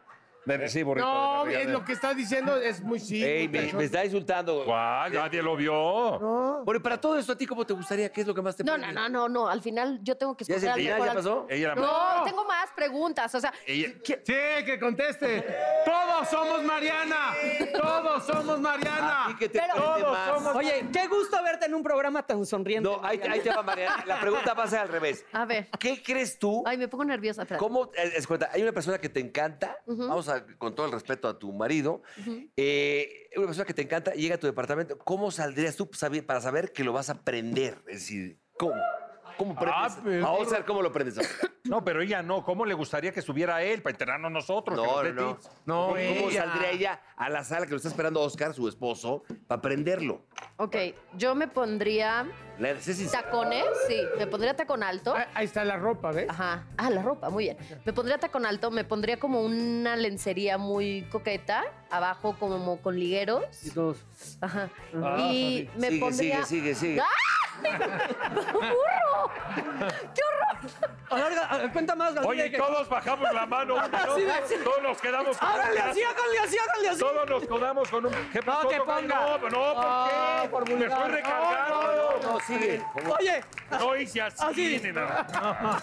Speaker 5: De recibo,
Speaker 4: no, es lo que está diciendo es muy sí.
Speaker 1: Ey,
Speaker 4: muy
Speaker 1: me,
Speaker 4: cachondo.
Speaker 1: me está insultando.
Speaker 5: ¿Cuál? Nadie lo vio.
Speaker 1: Bueno, y para todo esto, ¿a ti cómo te gustaría? ¿Qué es lo que más te
Speaker 6: No,
Speaker 1: prende?
Speaker 6: no, no, no, no. Al final yo tengo que
Speaker 1: ¿Ya es el
Speaker 6: escoger al
Speaker 1: final?
Speaker 6: mejor
Speaker 1: ¿Ya
Speaker 6: al-
Speaker 1: pasó?
Speaker 5: Ella era
Speaker 6: No, tengo más preguntas. O sea,
Speaker 5: Ella-
Speaker 3: Sí, que conteste. Todos somos Mariana. Todos somos Mariana.
Speaker 1: ¿Y qué te
Speaker 6: Pero-
Speaker 1: prende
Speaker 3: Todos
Speaker 1: más?
Speaker 3: somos-
Speaker 2: Oye, qué gusto verte en un programa tan sonriente.
Speaker 1: No, ahí, ahí te va, Mariana. La pregunta va a ser al revés.
Speaker 6: a ver.
Speaker 1: ¿Qué crees tú?
Speaker 6: Ay, me pongo nerviosa. espérate.
Speaker 1: ¿Cómo? eh, es cuenta, hay una persona que te encanta, vamos a, con todo el respeto a tu marido, eh, una persona que te encanta llega a tu departamento. ¿Cómo saldrías tú sabi- para saber que lo vas a prender? Es decir, ¿cómo? ¿Cómo prendes?
Speaker 3: Ah, pero-
Speaker 1: Vamos a ver cómo lo prendes.
Speaker 5: No, pero ella no. ¿Cómo le gustaría que estuviera él para enterarnos nosotros? que
Speaker 1: No,
Speaker 5: nos dé
Speaker 1: no, no.
Speaker 5: tips?
Speaker 3: No,
Speaker 1: ¿Cómo, cómo
Speaker 3: ella.
Speaker 1: saldría ella a la sala que lo está esperando Oscar, su esposo, para prenderlo?
Speaker 6: Ok, yo me pondría
Speaker 1: La- sé sincero.
Speaker 6: tacones, sí. Me pondría tacón alto.
Speaker 4: Ah, Ahí está la ropa, ¿ves?
Speaker 6: Ajá. Ah, la ropa, muy bien. Me pondría tacón alto, me pondría como una lencería muy coqueta, abajo como con ligueros. Ajá.
Speaker 4: Ah,
Speaker 6: y me
Speaker 1: sigue,
Speaker 6: pondría. ¡Ah!
Speaker 1: sigue, sigue, sigue.
Speaker 2: Alarga, ah, cuenta más. así
Speaker 5: Oye,
Speaker 2: de que-
Speaker 5: todos bajamos la mano. uno, ¿no?
Speaker 2: Sí, sí.
Speaker 5: Todos nos quedamos con
Speaker 2: ¡Háganle
Speaker 5: un
Speaker 2: así, háganle así, háganle así!
Speaker 5: Todos nos quedamos con un. ¿Qué pasó,
Speaker 2: que
Speaker 5: Tocayo?
Speaker 2: ponga.
Speaker 5: No, no, ¿por
Speaker 2: Ah,
Speaker 5: qué?
Speaker 2: por
Speaker 5: Me
Speaker 2: vulgar.
Speaker 5: estoy recargando.
Speaker 1: No, sigue.
Speaker 2: Oye,
Speaker 5: No, hice así.
Speaker 2: Así.
Speaker 5: ni nada.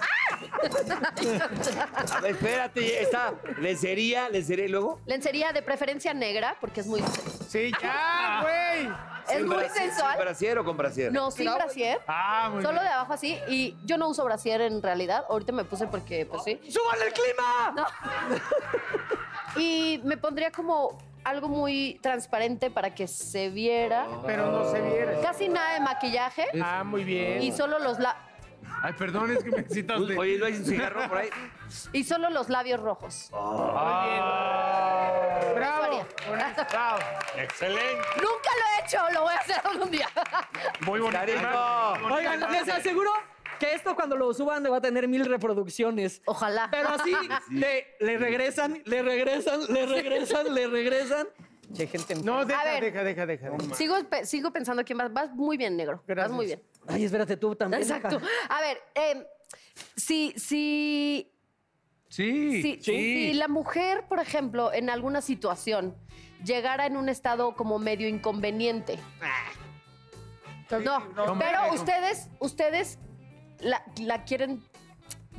Speaker 1: A ver, espérate, está. Lencería, lencería y luego.
Speaker 6: Lencería de preferencia negra, porque es muy.
Speaker 4: Sí, ya, güey.
Speaker 6: es
Speaker 1: ¿Sin
Speaker 6: muy
Speaker 1: brasier-
Speaker 6: sensual.
Speaker 1: ¿Sin brasier o con brasier?
Speaker 6: No, sin brasier.
Speaker 3: Ah, muy
Speaker 6: Solo
Speaker 3: bien.
Speaker 6: de abajo así. Y yo no uso brasier en realidad. Ahorita me puse porque, pues sí.
Speaker 2: ¡súbanle el clima!
Speaker 6: No. y me pondría como algo muy transparente para que se viera.
Speaker 4: Oh. Pero no se viera.
Speaker 6: Casi nada de maquillaje.
Speaker 4: Ah, muy bien.
Speaker 6: Y solo los la-
Speaker 3: Ay, perdón, es que me excitaste.
Speaker 1: Oye, ¿no hay un cigarro por ahí?
Speaker 6: y solo los labios rojos.
Speaker 4: Oh. Bravo.
Speaker 6: María.
Speaker 4: Bravo.
Speaker 5: Excelente.
Speaker 6: Nunca lo he hecho, lo voy a hacer algún día.
Speaker 5: Muy bonito.
Speaker 1: Cariño.
Speaker 2: Oigan, les aseguro que esto cuando lo suban le va a tener mil reproducciones.
Speaker 6: Ojalá.
Speaker 2: Pero así le, le regresan, le regresan, le regresan, le regresan. Che, gente enferma.
Speaker 4: No, deja,
Speaker 6: ver.
Speaker 4: deja, deja, deja. deja.
Speaker 6: Sigo, pe- sigo pensando quién más. Vas muy bien, negro. Vas
Speaker 4: Gracias.
Speaker 6: muy bien.
Speaker 2: Ay, espérate, tú también. hija.
Speaker 6: Exacto. A ver, eh, si, si,
Speaker 3: Sí.
Speaker 6: si, si la mujer, por ejemplo, en alguna situación llegara en un estado como medio inconveniente. No,
Speaker 3: Ah. no,
Speaker 6: pero
Speaker 3: no.
Speaker 6: ustedes, ustedes la, la quieren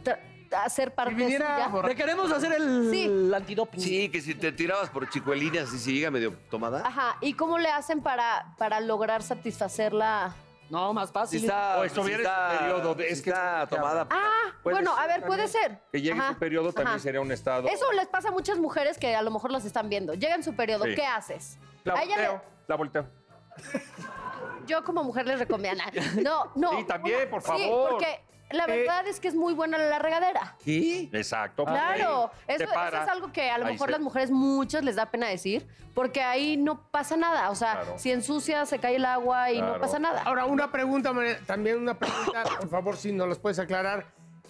Speaker 6: tra- hacer parte
Speaker 3: Si viniera
Speaker 6: suya.
Speaker 2: Te queremos hacer el,
Speaker 6: Sí.
Speaker 2: antidoping.
Speaker 1: Sí, que si te tirabas por chicuelinas y si llega medio tomada.
Speaker 6: Ajá, ¿y cómo le hacen para, para lograr satisfacerla?
Speaker 2: No, más
Speaker 1: Si
Speaker 2: fácil.
Speaker 1: está,
Speaker 5: O estuviera
Speaker 1: si
Speaker 5: en
Speaker 1: está-
Speaker 5: su periodo de-
Speaker 1: si
Speaker 5: es que-
Speaker 1: está tomada.
Speaker 6: Ah,
Speaker 5: Puede
Speaker 6: bueno, a
Speaker 5: ser
Speaker 6: ver, puede ser.
Speaker 5: Que llegue
Speaker 6: Ajá,
Speaker 5: su periodo también
Speaker 6: ajá.
Speaker 5: sería un estado.
Speaker 6: Eso les pasa a muchas mujeres que a lo mejor las están viendo. Llega en su periodo,
Speaker 5: Sí.
Speaker 6: ¿qué haces?
Speaker 5: La
Speaker 6: A ella le-
Speaker 5: volteo, la volteo.
Speaker 6: yo como mujer les recomiendo. No, no.
Speaker 5: Sí, también, por
Speaker 6: Sí,
Speaker 5: favor.
Speaker 6: porque la verdad es que es muy buena la regadera.
Speaker 1: ¿Qué?
Speaker 5: Exacto.
Speaker 6: Claro,
Speaker 5: Ahí
Speaker 6: eso,
Speaker 5: te
Speaker 6: eso
Speaker 5: para.
Speaker 6: es algo que a lo
Speaker 5: Ahí
Speaker 6: mejor
Speaker 5: se-
Speaker 6: las mujeres muchas les da pena decir, porque ahí no pasa nada. O sea,
Speaker 5: Claro.
Speaker 6: si ensucia, se cae el agua y no
Speaker 5: Claro.
Speaker 6: pasa nada.
Speaker 4: Ahora, una pregunta, María- también una pregunta, por favor, si nos las puedes aclarar.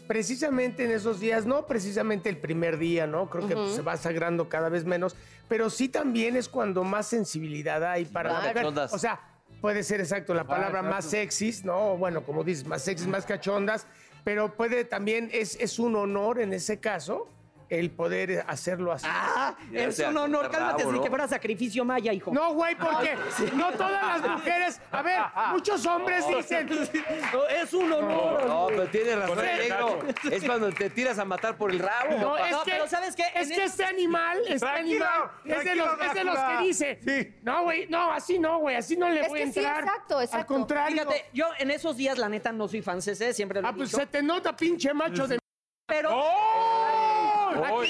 Speaker 4: Precisamente en esos días, no precisamente el primer día, ¿no? Creo que pues, se va sagrando cada vez menos, pero sí también es cuando más sensibilidad hay para
Speaker 1: Más
Speaker 4: la mujer.
Speaker 1: cachondas.
Speaker 4: O sea, puede ser exacto la palabra más sexys, ¿no? Bueno, como dices, más sexys, más cachondas, pero puede también, es, es un honor en ese caso el poder hacerlo así.
Speaker 2: Ah,
Speaker 1: Ya
Speaker 2: es
Speaker 1: sea,
Speaker 2: un honor.
Speaker 1: está
Speaker 2: Cálmate,
Speaker 1: bravo,
Speaker 2: si
Speaker 1: ¿no?
Speaker 2: que fuera sacrificio maya, hijo.
Speaker 4: No, güey, porque no todas las mujeres. A ver, muchos hombres dicen.
Speaker 2: No, es un honor.
Speaker 1: No, pero tienes razón,
Speaker 5: Con el
Speaker 1: negro. Es cuando te tiras a matar por el rabo.
Speaker 4: No, es
Speaker 2: No,
Speaker 4: que,
Speaker 2: pero ¿sabes qué?
Speaker 4: Es
Speaker 2: En
Speaker 4: que
Speaker 2: el-
Speaker 4: este animal, este
Speaker 3: Tranquilo,
Speaker 4: animal, es de,
Speaker 3: tranquilo,
Speaker 4: los, es de los que
Speaker 3: Drácula.
Speaker 4: dice. No, güey, no, así no, güey, así no le
Speaker 6: Es
Speaker 4: voy a
Speaker 6: que sí,
Speaker 4: entrar.
Speaker 6: exacto,
Speaker 4: Al
Speaker 6: exacto.
Speaker 4: contrario.
Speaker 2: Fíjate, yo en esos días, la neta, no soy fan CC, siempre lo he
Speaker 4: ah, pues
Speaker 2: dicho,
Speaker 4: se te nota, pinche macho de.
Speaker 2: pero...
Speaker 5: Uy,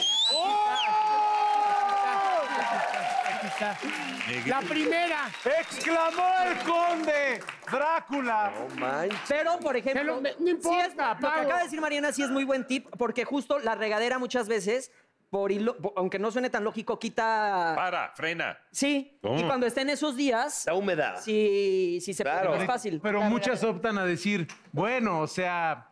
Speaker 4: La primera.
Speaker 3: ¡Exclamó el conde! ¡Drácula!
Speaker 1: No manches.
Speaker 2: Pero, por ejemplo,
Speaker 4: Pero me- no
Speaker 2: sí es-
Speaker 4: importa,
Speaker 2: lo que
Speaker 4: pago.
Speaker 2: acaba de decir Mariana sí es muy buen tip, porque justo la regadera muchas veces, por hilo- por- aunque no suene tan lógico, quita...
Speaker 5: Para, frena.
Speaker 2: Sí, y
Speaker 5: Mm.
Speaker 2: cuando está en esos días,
Speaker 1: Está húmeda.
Speaker 2: sí, sí se
Speaker 1: Claro.
Speaker 2: pone más fácil.
Speaker 3: Pero muchas optan a decir, bueno, o sea,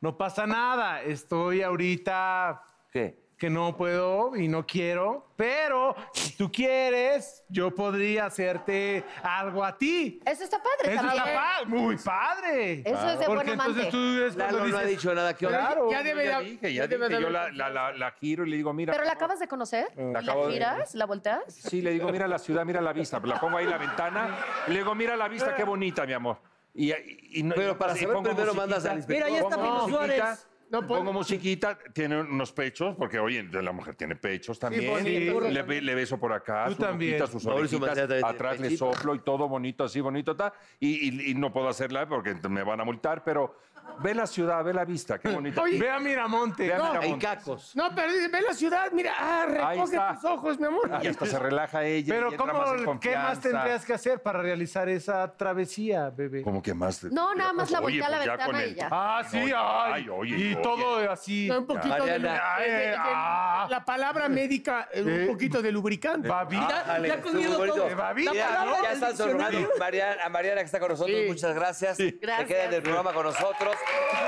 Speaker 3: no pasa nada, estoy ahorita
Speaker 1: ¿Qué?
Speaker 3: que no puedo y no quiero, pero si tú quieres, yo podría hacerte algo a ti.
Speaker 6: Eso está padre
Speaker 3: Eso
Speaker 6: también.
Speaker 3: está pa- muy padre.
Speaker 6: Eso es de buen
Speaker 3: Porque entonces
Speaker 6: amante.
Speaker 3: tú es cuando
Speaker 1: Lalo no ha
Speaker 3: dices,
Speaker 1: dicho nada que ahora.
Speaker 3: claro,
Speaker 4: ya debe
Speaker 5: Ya
Speaker 4: de-
Speaker 5: dije, ya
Speaker 4: debe
Speaker 5: dije.
Speaker 4: de
Speaker 5: Yo la,
Speaker 4: haber-
Speaker 5: la, la, la giro y le digo, mira.
Speaker 6: ¿Pero la
Speaker 5: ¿no?
Speaker 6: acabas de conocer?
Speaker 5: La acabo
Speaker 6: ¿La
Speaker 5: de-
Speaker 6: giras? ¿La volteas?
Speaker 5: Sí, le digo, mira la ciudad, mira la vista. La pongo ahí en la ventana. y le digo, mira la vista, qué bonita, mi amor. Y, y, y no-
Speaker 1: Pero
Speaker 5: y-
Speaker 1: para
Speaker 5: y
Speaker 1: saber
Speaker 5: pongo
Speaker 1: primero
Speaker 5: musiquita,
Speaker 1: mandas al inspector.
Speaker 2: Mira, ahí está
Speaker 5: pongo
Speaker 2: Pino
Speaker 5: musiquita,
Speaker 2: Suárez.
Speaker 4: No puede-
Speaker 5: pongo musiquita, tiene unos pechos, porque oye, la mujer tiene pechos también.
Speaker 4: bonito.
Speaker 5: le, be- le beso por acá, su
Speaker 3: Tú
Speaker 5: boquita,
Speaker 3: también.
Speaker 5: sus
Speaker 1: Mauricio
Speaker 5: orejitas,
Speaker 1: Macías también tiene
Speaker 5: atrás le
Speaker 1: pechito.
Speaker 5: soplo y todo bonito, así bonito, tal. Y, y- y no puedo hacerla porque me van a multar, pero ve la ciudad, ve la vista, qué bonita.
Speaker 4: Oye,
Speaker 3: Ve a Miramonte.
Speaker 5: Ve a Miramonte.
Speaker 1: Hay cacos.
Speaker 4: No, pero dice, ve la ciudad, mira, ah,
Speaker 5: Ahí
Speaker 4: recoge
Speaker 5: está.
Speaker 4: tus ojos, mi amor.
Speaker 5: Y hasta se relaja ella. y
Speaker 3: Pero
Speaker 5: entra más en
Speaker 3: ¿cómo, ¿qué más
Speaker 5: confianza.
Speaker 3: tendrías que hacer para realizar esa travesía, bebé?
Speaker 5: ¿Cómo que más?
Speaker 6: No, nada más la
Speaker 5: Oye,
Speaker 6: volteé a la
Speaker 5: pues ya
Speaker 6: ventana
Speaker 5: con
Speaker 6: y
Speaker 5: el-
Speaker 6: ya.
Speaker 3: Ah, sí,
Speaker 5: Oye,
Speaker 3: ay.
Speaker 5: ay, oye,
Speaker 3: y
Speaker 5: oye.
Speaker 3: todo así.
Speaker 4: No, un poquito de, eh,
Speaker 1: Mariana.
Speaker 4: de- de- de-
Speaker 3: Ah.
Speaker 4: La palabra médica, eh, un
Speaker 3: Eh.
Speaker 4: poquito de lubricante.
Speaker 3: Babita.
Speaker 1: Ájale,
Speaker 2: ya
Speaker 1: estuvo
Speaker 2: comido
Speaker 1: bonito.
Speaker 2: todo.
Speaker 3: De babita,
Speaker 1: Mira,
Speaker 2: La palabra
Speaker 1: ya
Speaker 2: del
Speaker 1: están
Speaker 2: diccionario.
Speaker 1: sonando. Mariana, a Mariana que está con nosotros, muchas gracias. Se
Speaker 6: Gracias.
Speaker 1: queda en el programa con nosotros.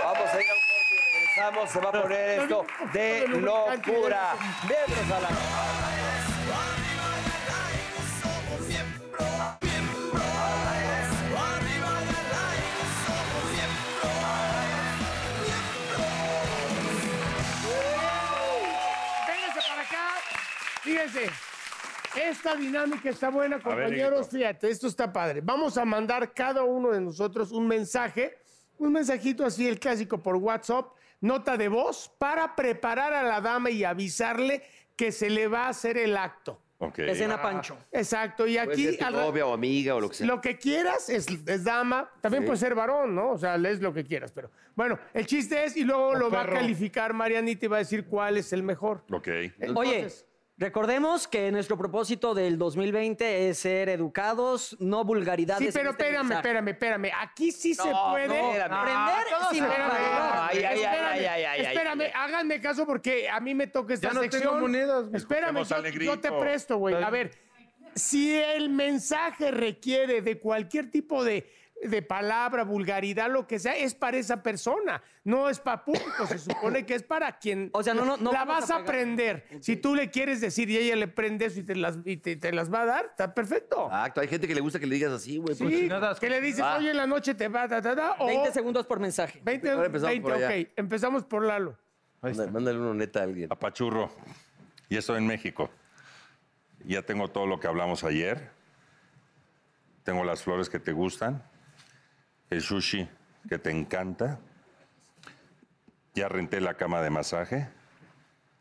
Speaker 1: Vamos a ir a un corte y regresamos. Se va a poner esto de locura. Miembros a la
Speaker 4: Vénganse para acá. Fíjense. Esta dinámica está buena, compañeros. Fíjate, esto está padre. Vamos a mandar cada uno de nosotros un mensaje, un mensajito así, el clásico por WhatsApp, nota de voz, para preparar a la dama y avisarle que se le va a hacer el acto.
Speaker 5: Ok.
Speaker 2: Escena
Speaker 4: Ah,
Speaker 2: Pancho.
Speaker 4: Exacto. Y
Speaker 1: Puede
Speaker 4: aquí
Speaker 1: ser tu
Speaker 4: al-
Speaker 1: novia o amiga o lo que sea.
Speaker 4: lo que quieras es, es dama, también puede ser varón, ¿no? O sea, es lo que quieras, pero bueno, el chiste es y luego lo va
Speaker 3: perro.
Speaker 4: a calificar Marianita y va a decir cuál es el mejor.
Speaker 5: Ok.
Speaker 1: Eh.
Speaker 2: Oye, recordemos que nuestro propósito del 2020 es ser educados, no vulgaridades.
Speaker 4: Sí,
Speaker 2: en
Speaker 4: pero
Speaker 2: este
Speaker 4: espérame,
Speaker 2: mensaje.
Speaker 4: espérame, espérame. Aquí sí se
Speaker 1: No,
Speaker 4: puede.
Speaker 1: no, espérame. Ah,
Speaker 2: Aprender
Speaker 4: todo
Speaker 2: sin
Speaker 4: se- espérame,
Speaker 2: vulgaridad.
Speaker 1: Ay, ay, ay,
Speaker 4: espérame,
Speaker 1: ay, ay, ay, ay.
Speaker 4: espérame, háganme caso porque a mí me toca esta
Speaker 3: Ya no tengo
Speaker 4: sección.
Speaker 3: monedas, mijo.
Speaker 4: Espérame,
Speaker 5: Hacemos
Speaker 4: yo,
Speaker 5: alegrito.
Speaker 4: yo te presto, güey. A ver, si el mensaje requiere de cualquier tipo de de palabra, vulgaridad, lo que sea, es para esa persona, no es para público, se supone que es para quien
Speaker 2: O sea, no, no- no
Speaker 4: la
Speaker 2: vamos a
Speaker 4: vas a
Speaker 2: pagar.
Speaker 4: aprender. Si tú le quieres decir y ella le prende eso y te las, y te, te las va a dar, está perfecto.
Speaker 1: Ah, hay gente que le gusta que le digas así, güey.
Speaker 4: Sí,
Speaker 1: pues,
Speaker 3: cochinadas.
Speaker 4: que le dices,
Speaker 1: Va.
Speaker 4: hoy en la noche te va, ta, ta, ta, o
Speaker 2: 20
Speaker 4: 20,
Speaker 2: segundos por mensaje.
Speaker 4: 20,
Speaker 1: Ahora empezamos por allá.
Speaker 4: ok, empezamos por Lalo.
Speaker 1: manda- Mándale uno neta a alguien.
Speaker 5: Apachurro. Y eso en México. Ya tengo todo lo que hablamos ayer. Tengo las flores que te gustan. El sushi que te encanta. Ya renté la cama de masaje.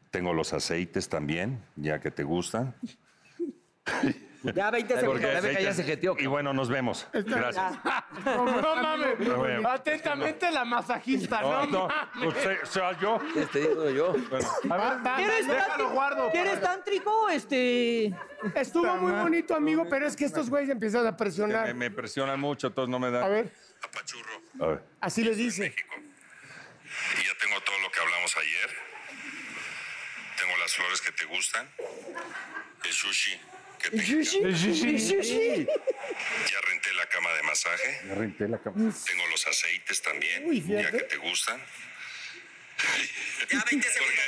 Speaker 5: Tengo los aceites también, ya que te gustan.
Speaker 2: Ya 20
Speaker 1: Porque-
Speaker 2: segundos.
Speaker 1: la beca ya se jeteó,
Speaker 5: Y bueno, nos vemos. Gracias.
Speaker 4: Ah, No, no mames.
Speaker 5: bueno.
Speaker 4: Atentamente la masajista,
Speaker 5: No,
Speaker 4: ¿no?
Speaker 5: no, usted, o sea, yo.
Speaker 1: ¿Qué te digo yo?
Speaker 5: Bueno,
Speaker 4: Ah,
Speaker 2: ¿Quieres
Speaker 3: Déjalo,
Speaker 2: tántrico?
Speaker 3: guardo.
Speaker 2: ¿Quieres tántrico? Este.
Speaker 4: Estuvo muy bonito, amigo, pero es que estos güeyes empiezan a
Speaker 5: me,
Speaker 4: presionar.
Speaker 5: me presionan mucho, entonces no me dan.
Speaker 4: A ver,
Speaker 5: A ver.
Speaker 4: así les dice.
Speaker 5: Y ya tengo todo lo que hablamos ayer. Tengo las flores que te gustan. El sushi que te Ya renté la cama de masaje. Ya renté la cama. Tengo los aceites también,
Speaker 4: Uy, fíjate.
Speaker 5: ya que te gustan. Ya 20 segundos.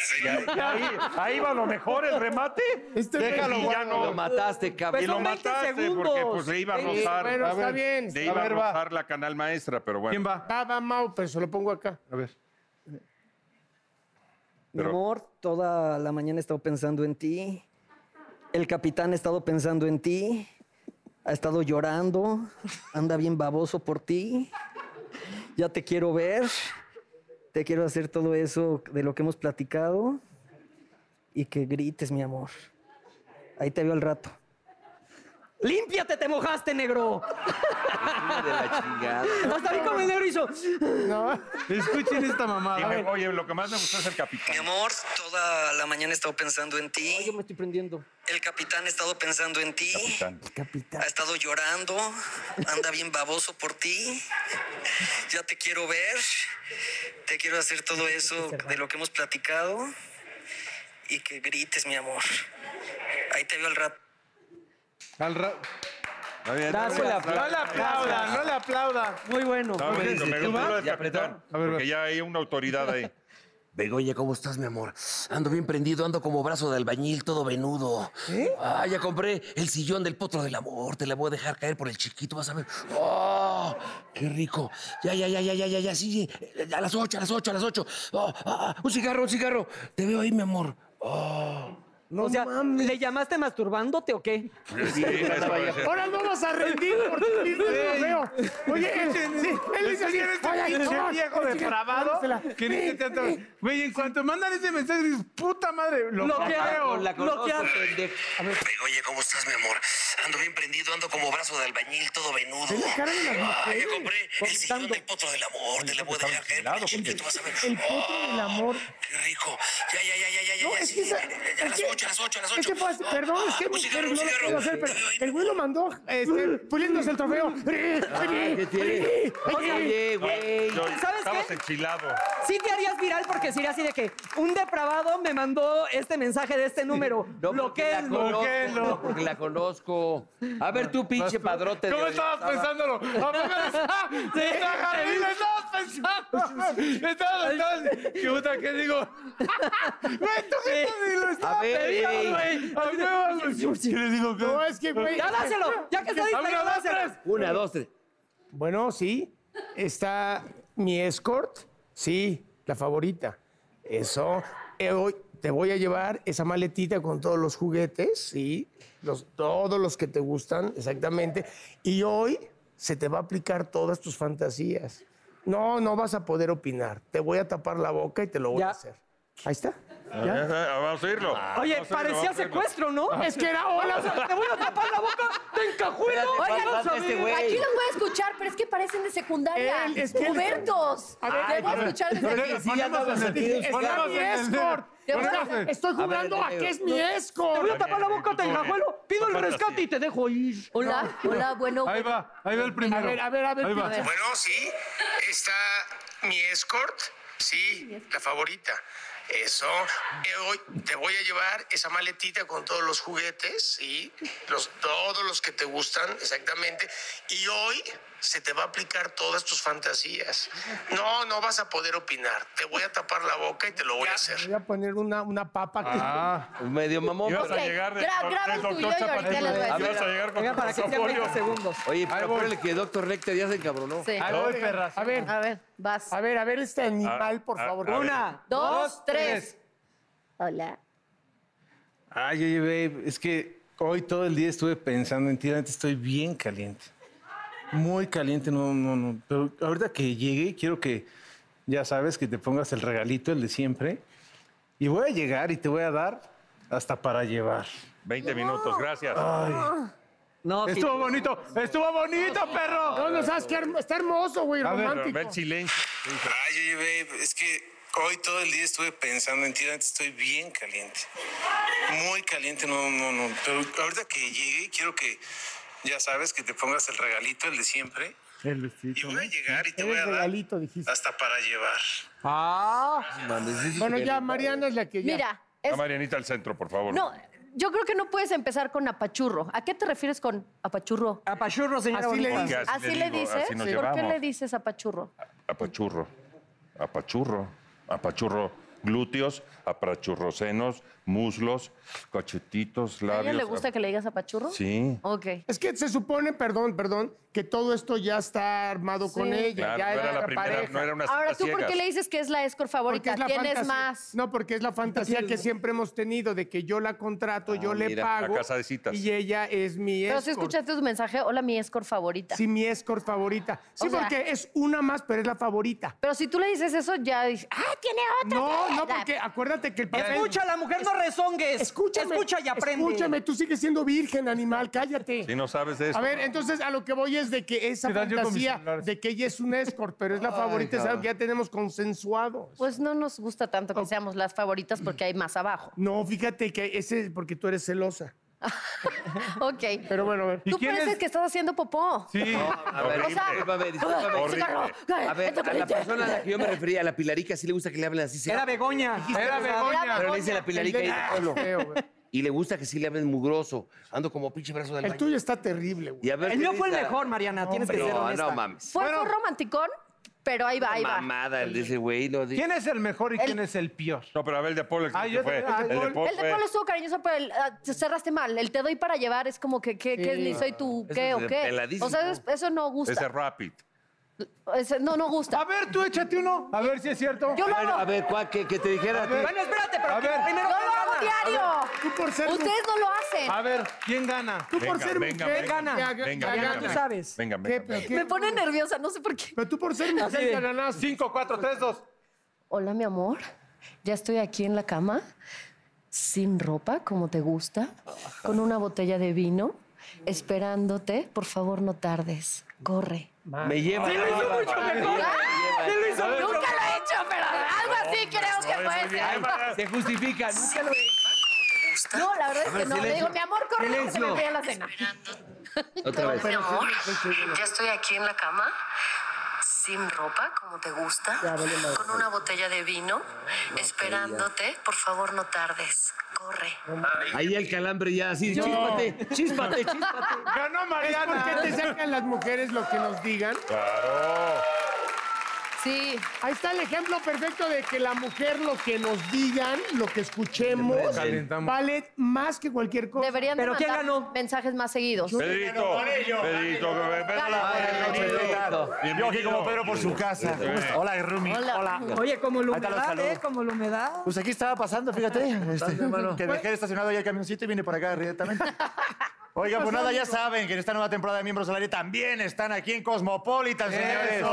Speaker 3: Ahí, ahí va lo mejor, el remate.
Speaker 4: Este
Speaker 3: Déjalo,
Speaker 4: güey-
Speaker 3: guardo.
Speaker 1: Lo mataste,
Speaker 2: Pues
Speaker 1: cabrón.
Speaker 2: son 20 segundos.
Speaker 5: porque pues le iba a
Speaker 2: Sí,
Speaker 5: rozar.
Speaker 4: Bueno,
Speaker 3: A
Speaker 4: está
Speaker 3: ver.
Speaker 4: bien.
Speaker 5: Le iba
Speaker 3: A
Speaker 5: a,
Speaker 3: ver, va.
Speaker 5: rozar la canal maestra, pero bueno.
Speaker 3: ¿Quién va?
Speaker 4: Va, va, Mau, pero se lo pongo acá.
Speaker 3: A ver.
Speaker 2: Mi
Speaker 5: Pero-
Speaker 2: amor, toda la mañana he estado pensando en ti. El capitán ha estado pensando en ti. Ha estado llorando. Anda bien baboso por ti. Ya te quiero ver. Te quiero hacer todo eso de lo que hemos platicado. Y que grites, mi amor. Ahí te veo al rato. ¡Límpiate, te mojaste, negro!
Speaker 1: de la chingada.
Speaker 2: Hasta vi como el negro hizo.
Speaker 3: Escuchen esta mamada.
Speaker 5: Y me- oye, lo que más me gustó es el capitán.
Speaker 7: Mi amor, toda la mañana he estado pensando en
Speaker 2: Ay, yo
Speaker 7: ti.
Speaker 2: me estoy prendiendo.
Speaker 7: El capitán ha estado pensando en ti.
Speaker 5: Capitán.
Speaker 2: Capitán.
Speaker 7: Ha estado llorando. Anda bien baboso por ti. Ya te quiero ver. Te quiero hacer todo eso de lo que hemos platicado. Y que grites, mi amor. Ahí te veo al rato.
Speaker 3: Al ra-
Speaker 5: Está bien, está
Speaker 2: Dásela,
Speaker 5: bien.
Speaker 3: No le aplaudan, no le aplaudan.
Speaker 2: Muy bueno.
Speaker 5: Está
Speaker 2: muy
Speaker 5: bonito,
Speaker 2: bueno.
Speaker 5: me
Speaker 1: ¿Tú
Speaker 5: gustó
Speaker 1: vas?
Speaker 5: lo del
Speaker 1: ¿Ya
Speaker 5: capitán.
Speaker 1: apretó?
Speaker 3: A ver,
Speaker 5: Porque ya hay una autoridad ahí.
Speaker 1: Begoña, ¿cómo estás, mi amor? Ando bien prendido, ando como brazo de albañil, todo venudo.
Speaker 2: ¿Eh?
Speaker 1: Ah, ya compré el sillón del potro del amor. Te la voy a dejar caer por el chiquito, vas a ver. ¡Oh! ¡Qué rico! Ya, ya, ya, ya, ya, ya, ya, sí, sí. A las ocho, a las ocho, a las ocho. Oh, ah, ah, un cigarro, un cigarro. Te veo ahí, mi amor. ¡Oh!
Speaker 2: o sea, ¿le llamaste masturbándote o qué?
Speaker 5: Sí, eso parece.
Speaker 4: Ahora vamos a rendir por tu mismo trofeo. Oye, él, sí, él dice así, "Oye,
Speaker 3: este Pinche
Speaker 4: no,
Speaker 3: viejo
Speaker 4: oye,
Speaker 3: depravado
Speaker 4: dándosela".
Speaker 3: que ni se te atreve. Güey, en cuanto mandan ese mensaje, dices, puta madre, lo
Speaker 2: Lo que hago,
Speaker 3: bloqueo.
Speaker 2: lo que hago.
Speaker 7: Oye, ¿cómo estás, mi amor? Ando bien prendido. Ando como brazo de albañil, todo venudo.
Speaker 4: Ve la cara de las
Speaker 7: Ay,
Speaker 4: mujeres.
Speaker 7: yo compré el sillón del potro del amor. Te la voy a dejar caer por el chiquito. Vas a ver. Oh,
Speaker 4: El potro del amor.
Speaker 7: Qué rico. Ya, ya, ya, ya, ya, ya.
Speaker 4: No,
Speaker 7: ya,
Speaker 4: es
Speaker 7: sí.
Speaker 4: que esa-
Speaker 7: Eh, a
Speaker 4: es
Speaker 7: las
Speaker 4: que-
Speaker 7: 8, a las 8, a las Ah, 8.
Speaker 4: Es que fue así, perdón, es que
Speaker 7: un
Speaker 4: mujeres
Speaker 7: cigarro,
Speaker 4: no lo
Speaker 7: un cigarro.
Speaker 4: quiero hacer, pero el güey lo mandó este, puliéndose el trofeo.
Speaker 1: ¿Qué tiene? Oye, güey.
Speaker 5: Yo-
Speaker 2: ¿Sabes
Speaker 5: Estabas
Speaker 2: qué?
Speaker 5: enchilado.
Speaker 2: Sí te harías viral porque sería así de que un depravado me mandó este mensaje de este número.
Speaker 1: No,
Speaker 2: lo
Speaker 1: porque
Speaker 2: que
Speaker 1: la
Speaker 2: es lo-
Speaker 1: conozco,
Speaker 3: bloquéenlo.
Speaker 1: no, porque la conozco. A ver, tú, pinche padrote. de
Speaker 3: ¿Cómo
Speaker 1: hoy.
Speaker 3: estabas pensándolo? ¿A poco
Speaker 2: Sí.
Speaker 3: le- Esa Jaredina, estabas pensando? Estabas, estabas. ¿Qué puta que digo? Güey, tú qué estás y lo
Speaker 1: A
Speaker 3: estabas
Speaker 1: ver,
Speaker 3: pedido,
Speaker 1: güey.
Speaker 3: güey. A huevo, güey. ¿Qué les digo?
Speaker 4: No,
Speaker 3: ¿Qué?
Speaker 4: es que, güey.
Speaker 2: Ya dáselo, ya que está
Speaker 3: A
Speaker 2: distraído,
Speaker 3: una, dos,
Speaker 2: dáselo.
Speaker 3: tres.
Speaker 1: Una, dos, tres.
Speaker 4: Bueno, sí. Está mi escort. Sí, la favorita. Eso. Eh, hoy te voy a llevar esa maletita con todos los juguetes, sí. Los, todos los que te gustan, exactamente. Y hoy se te va a aplicar todas tus fantasías. No, no vas a poder opinar. Te voy a tapar la boca y te lo voy
Speaker 2: Ya.
Speaker 4: a hacer. Ahí está.
Speaker 5: Ya, ya, Vamos a oírlo.
Speaker 4: Ah,
Speaker 2: Oye,
Speaker 5: Vamos a oírlo, vamos
Speaker 2: parecía
Speaker 5: a oírlo.
Speaker 2: secuestro, ¿no?
Speaker 4: Es que era hola.
Speaker 2: Te voy a tapar la boca, te encajuelo.
Speaker 1: Espérate,
Speaker 2: Oigan,
Speaker 1: falta
Speaker 2: vamos a
Speaker 1: este
Speaker 2: ver.
Speaker 1: güey.
Speaker 6: Aquí los voy a escuchar, pero es que parecen de secundaria.
Speaker 4: Él, es que él-
Speaker 6: Pubertos.
Speaker 4: A ver,
Speaker 6: Te voy a escuchar desde
Speaker 3: Ponemos-
Speaker 6: aquí.
Speaker 1: sí, ya
Speaker 3: ponemos
Speaker 1: andabas
Speaker 3: en-
Speaker 1: sentido,
Speaker 4: Está
Speaker 3: ponemos
Speaker 4: mi
Speaker 3: en el-
Speaker 4: escort.
Speaker 6: Te voy a-
Speaker 4: O sea, Estoy
Speaker 1: ver,
Speaker 4: jugando a
Speaker 1: te-
Speaker 4: que es mi
Speaker 2: Te voy a
Speaker 4: escort.
Speaker 2: tapar la boca, te encajuelo. Pido el rescate y te dejo ir.
Speaker 6: Hola, hola, bueno.
Speaker 3: Ahí va, ahí va el
Speaker 4: A
Speaker 3: primero.
Speaker 4: ver, a ver, a ver,
Speaker 3: Ahí va.
Speaker 4: a ver.
Speaker 8: Bueno, sí, está mi escort, sí, la favorita.
Speaker 7: Eso. Eh, hoy te voy a llevar esa maletita con todos los juguetes, y Los, todos los que te gustan, exactamente. Y hoy se te va a aplicar todas tus fantasías. No, no vas a poder opinar. Te voy a tapar la boca y te lo voy a hacer.
Speaker 4: Voy a poner una, una papa que
Speaker 3: Ah,
Speaker 1: Medio mamón.
Speaker 5: Ibas
Speaker 1: pero-
Speaker 5: a llegar de,
Speaker 6: gra-
Speaker 5: de
Speaker 6: graba el
Speaker 5: doctor
Speaker 6: tuyo y ahorita
Speaker 5: Zapatillo.
Speaker 6: les voy a
Speaker 5: Ibas
Speaker 6: decir.
Speaker 5: a llegar con
Speaker 2: Oiga, para que sean
Speaker 5: Tocopolio.
Speaker 2: 20 segundos.
Speaker 1: Oye,
Speaker 3: Ahí
Speaker 1: pero
Speaker 3: voy.
Speaker 1: apúrale que Doctor Rector ya se encabronó.
Speaker 6: Sí.
Speaker 3: ahí voy, perras.
Speaker 4: A ver,
Speaker 6: A ver, vas.
Speaker 4: a ver, a ver este animal, por
Speaker 5: a-
Speaker 4: favor.
Speaker 5: a ver.
Speaker 4: Una.
Speaker 6: Dos, tres. Hola.
Speaker 3: Ay, oye, babe, es que hoy todo el día estuve pensando en ti, la neta, estoy bien caliente. Muy caliente, no, no, no. Pero ahorita que llegue, quiero que, ya sabes, que te pongas el regalito, el de siempre. Y voy a llegar y te voy a dar hasta para llevar.
Speaker 5: 20 minutos, gracias.
Speaker 2: No, sí.
Speaker 3: Estuvo bonito, estuvo bonito, perro.
Speaker 4: No, no sabes que está hermoso, güey,
Speaker 3: A ver,
Speaker 4: romántico.
Speaker 5: Ve el silencio.
Speaker 7: Ay, oye, babe, es que hoy todo el día estuve pensando en ti, antes estoy bien caliente. Muy caliente, no, no, no. Pero ahorita que llegue, quiero que, ya sabes, que te pongas el regalito, el de siempre.
Speaker 3: El
Speaker 7: Y
Speaker 3: vestido.
Speaker 7: voy a
Speaker 2: ¿eh?
Speaker 7: llegar y te voy
Speaker 4: Eres
Speaker 7: a dar
Speaker 4: regalito, dijiste.
Speaker 7: hasta para llevar.
Speaker 4: Ah.
Speaker 1: Mames, ese es
Speaker 4: Bueno, ya
Speaker 1: regalito.
Speaker 4: Mariana es la que ya.
Speaker 6: Mira,
Speaker 5: A
Speaker 6: es-
Speaker 5: Marianita al centro, por favor.
Speaker 6: no, yo creo que no puedes empezar con apachurro. ¿A qué te refieres con apachurro?
Speaker 2: Apachurro, señora
Speaker 4: pues, Así le
Speaker 2: bonita.
Speaker 5: Porque
Speaker 6: ¿Así le
Speaker 5: digo,
Speaker 6: dices?
Speaker 5: Así nos
Speaker 6: ¿Por
Speaker 5: llevamos.
Speaker 6: qué le dices apachurro?
Speaker 5: Apachurro. Apachurro. Apachurro. Glúteos, apachurrosenos, muslos, cachetitos,
Speaker 6: ¿A
Speaker 5: labios.
Speaker 6: ella le gusta que le digas apachurro?
Speaker 5: Sí.
Speaker 6: Ok.
Speaker 4: Es que se supone, perdón, perdón, que todo esto ya está armado con ella.
Speaker 5: Claro,
Speaker 4: ya
Speaker 5: no
Speaker 4: era,
Speaker 5: era la primera,
Speaker 4: pareja.
Speaker 5: no era una
Speaker 6: Ahora,
Speaker 5: cita
Speaker 6: ¿tú por qué
Speaker 5: ciegas.
Speaker 6: le dices que es la escort favorita? ¿Tienes
Speaker 4: fantasía-
Speaker 6: más?
Speaker 4: No, porque es la fantasía que siempre hemos tenido de que yo la contrato, yo le
Speaker 1: mira,
Speaker 4: pago.
Speaker 5: la Ah, casa de citas.
Speaker 4: Y ella es mi
Speaker 6: Pero
Speaker 4: escort.
Speaker 6: si escuchaste tu mensaje, hola, mi escort favorita.
Speaker 4: Sí, mi escort favorita. Sí,
Speaker 6: O sea-
Speaker 4: porque es una más, pero es la favorita.
Speaker 6: Pero si tú le dices eso, ya dices, ¡ah, tiene otra!
Speaker 4: No, no, porque acuérdate que el papel...
Speaker 2: Escucha, la mujer no rezongues.
Speaker 4: Escúchame.
Speaker 2: Escucha y aprende.
Speaker 4: Escúchame, tú sigues siendo virgen, animal, cállate.
Speaker 5: Si no sabes de eso.
Speaker 4: A ver, entonces a lo que voy es de que esa
Speaker 3: Te dan yo con mis
Speaker 4: fantasía
Speaker 3: celulares.
Speaker 4: de que ella es un escort, pero es la favorita, es algo que ya tenemos consensuado.
Speaker 6: Pues no nos gusta tanto que seamos las favoritas porque hay más abajo.
Speaker 4: No, fíjate que ese es porque tú eres celosa.
Speaker 6: Ok.
Speaker 4: Pero bueno, a ver.
Speaker 6: Tú
Speaker 3: quién
Speaker 6: pareces
Speaker 3: es?
Speaker 6: que estás haciendo popó.
Speaker 3: Sí.
Speaker 1: A ver,
Speaker 6: O sea-
Speaker 1: discúlpame, discúlpame.
Speaker 5: Horrible.
Speaker 1: A ver, a la persona a la que yo me refería, a la pilarica, sí le gusta que le hablen así. se-
Speaker 2: Era Begoña.
Speaker 3: Era Begoña.
Speaker 1: Pero le dice la pilarica ahí en el pueblo.
Speaker 4: Feo, güey.
Speaker 1: Y le gusta que sí le hablen mugroso. Ando como pinche brazo del
Speaker 4: El
Speaker 1: baño.
Speaker 4: tuyo está terrible, güey.
Speaker 1: Y a ver qué
Speaker 2: El mío fue el
Speaker 1: grita.
Speaker 2: mejor, Mariana. Tienes que ser
Speaker 1: No,
Speaker 2: honesta.
Speaker 1: no mames.
Speaker 6: Fue, fue romanticón, pero ahí va, ahí va.
Speaker 1: Mamada el de ese güey. No, de-
Speaker 3: ¿Quién es el mejor y quién es el peor?
Speaker 5: No, pero a ver el de Apolo.
Speaker 3: Ah,
Speaker 5: el que
Speaker 3: yo
Speaker 5: fue.
Speaker 3: también, ah,
Speaker 5: El de
Speaker 3: Paul.
Speaker 5: Paul
Speaker 6: El de
Speaker 5: fue-
Speaker 6: Polo estuvo cariñoso, pero el, ah, te cerraste mal. El te doy para llevar es como que, que, que
Speaker 4: Sí.
Speaker 6: ni soy tú,
Speaker 1: Eso
Speaker 6: ¿qué
Speaker 1: es
Speaker 6: o qué?
Speaker 1: peladísimo.
Speaker 6: O sea, es- eso no gusta.
Speaker 5: Ese Rapid.
Speaker 6: Ese- no, no gusta.
Speaker 3: A ver, tú échate uno, a ver si es cierto.
Speaker 6: Yo lo
Speaker 1: Ah, Bueno,
Speaker 6: hago.
Speaker 1: a ver, ¿cuál, que, que te dijera. a ti?
Speaker 2: Bueno, espérate, pero
Speaker 3: A
Speaker 2: que
Speaker 3: ver.
Speaker 2: primero
Speaker 6: Yo lo
Speaker 2: ¿quién
Speaker 6: hago
Speaker 2: gana?
Speaker 6: diario.
Speaker 4: Tú por ser mujer,
Speaker 6: Ustedes no lo hacen.
Speaker 3: A ver, ¿quién gana?
Speaker 4: tú por
Speaker 5: Venga,
Speaker 4: ser
Speaker 5: venga,
Speaker 4: mujer,
Speaker 5: venga,
Speaker 4: ya-
Speaker 5: venga,
Speaker 4: ya
Speaker 5: venga,
Speaker 4: ganas.
Speaker 5: venga.
Speaker 2: tú sabes.
Speaker 5: Venga,
Speaker 4: ¿Qué,
Speaker 5: venga.
Speaker 4: pero
Speaker 5: venga.
Speaker 4: qué?
Speaker 6: Me pone nerviosa, no sé por qué.
Speaker 4: Pero tú por ser mujer ya ganaste.
Speaker 3: 5, 4, 3, 2.
Speaker 6: Hola, mi amor. Ya estoy aquí en la cama, sin ropa, como te gusta, con una botella de vino, esperándote. Por favor, no tardes. Corre.
Speaker 1: Me lleva.
Speaker 6: Nunca lo he hecho, pero algo así creo que puede ser.
Speaker 1: Se justifica. Nunca lo
Speaker 6: No, la verdad es que no. Le digo, mi amor, corre porque se me
Speaker 1: Silencio.
Speaker 6: enfría la cena.
Speaker 1: Otra vez.
Speaker 8: Mi amor, ya estoy aquí en la cama, sin ropa, como te gusta, con una botella de vino, esperándote. Por favor, no tardes. Corre.
Speaker 1: Ahí el calambre ya así. Chíspate, chíspate, chíspate.
Speaker 4: ¿Es
Speaker 3: Ganó
Speaker 4: por
Speaker 3: Mariana.
Speaker 4: qué te sacan las mujeres lo que nos digan?
Speaker 5: Claro.
Speaker 6: Sí.
Speaker 4: Ahí está el ejemplo perfecto de que la mujer lo que nos digan, lo que escuchemos,
Speaker 3: Calentamos.
Speaker 4: vale más que cualquier cosa.
Speaker 6: Deberían de
Speaker 2: ¿Pero quién
Speaker 6: mandar
Speaker 2: ganó?
Speaker 6: mensajes más seguidos.
Speaker 5: Pedrito. Pedrito,
Speaker 6: Ganó.
Speaker 5: Yo aquí como Pedro por su casa.
Speaker 9: Hola, Rumi.
Speaker 6: Hola.
Speaker 2: Oye, como
Speaker 9: Ahí
Speaker 2: la
Speaker 9: están los
Speaker 2: humedad, ¿eh?
Speaker 9: saludos.
Speaker 2: Como la humedad.
Speaker 9: Pues aquí estaba pasando, fíjate. este, que dejé estacionado ya el camioncito y vine por acá directamente. Oiga, pues nada, ya saben que en esta nueva temporada de Miembros al Aire también están aquí en Cosmopolitan, señores.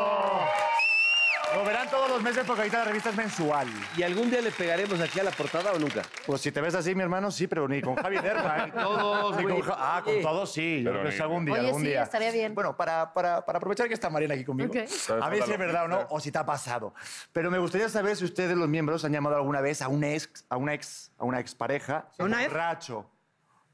Speaker 9: Lo verán todos los meses porque ahorita la revista es mensual.
Speaker 1: ¿Y algún día le pegaremos aquí a la portada o nunca?
Speaker 9: Pues si te ves así, mi hermano, sí, pero ni con Javi Derma. ¿eh?
Speaker 1: todos,
Speaker 9: Ni con
Speaker 1: güey.
Speaker 9: Ja- Ah, con todos sí. Yo
Speaker 5: Pero
Speaker 9: creo que
Speaker 5: ni-
Speaker 9: sí, algún día,
Speaker 6: Oye,
Speaker 9: algún
Speaker 6: sí,
Speaker 9: día.
Speaker 6: estaría bien.
Speaker 9: Bueno, para, para- para aprovechar que está Mariana aquí conmigo.
Speaker 6: Ok.
Speaker 9: A ver si es verdad o no, o si te ha pasado. Pero me gustaría saber si ustedes, los miembros, han llamado alguna vez a una ex, a una ex, a una expareja
Speaker 2: ¿A una ex?
Speaker 9: borracho.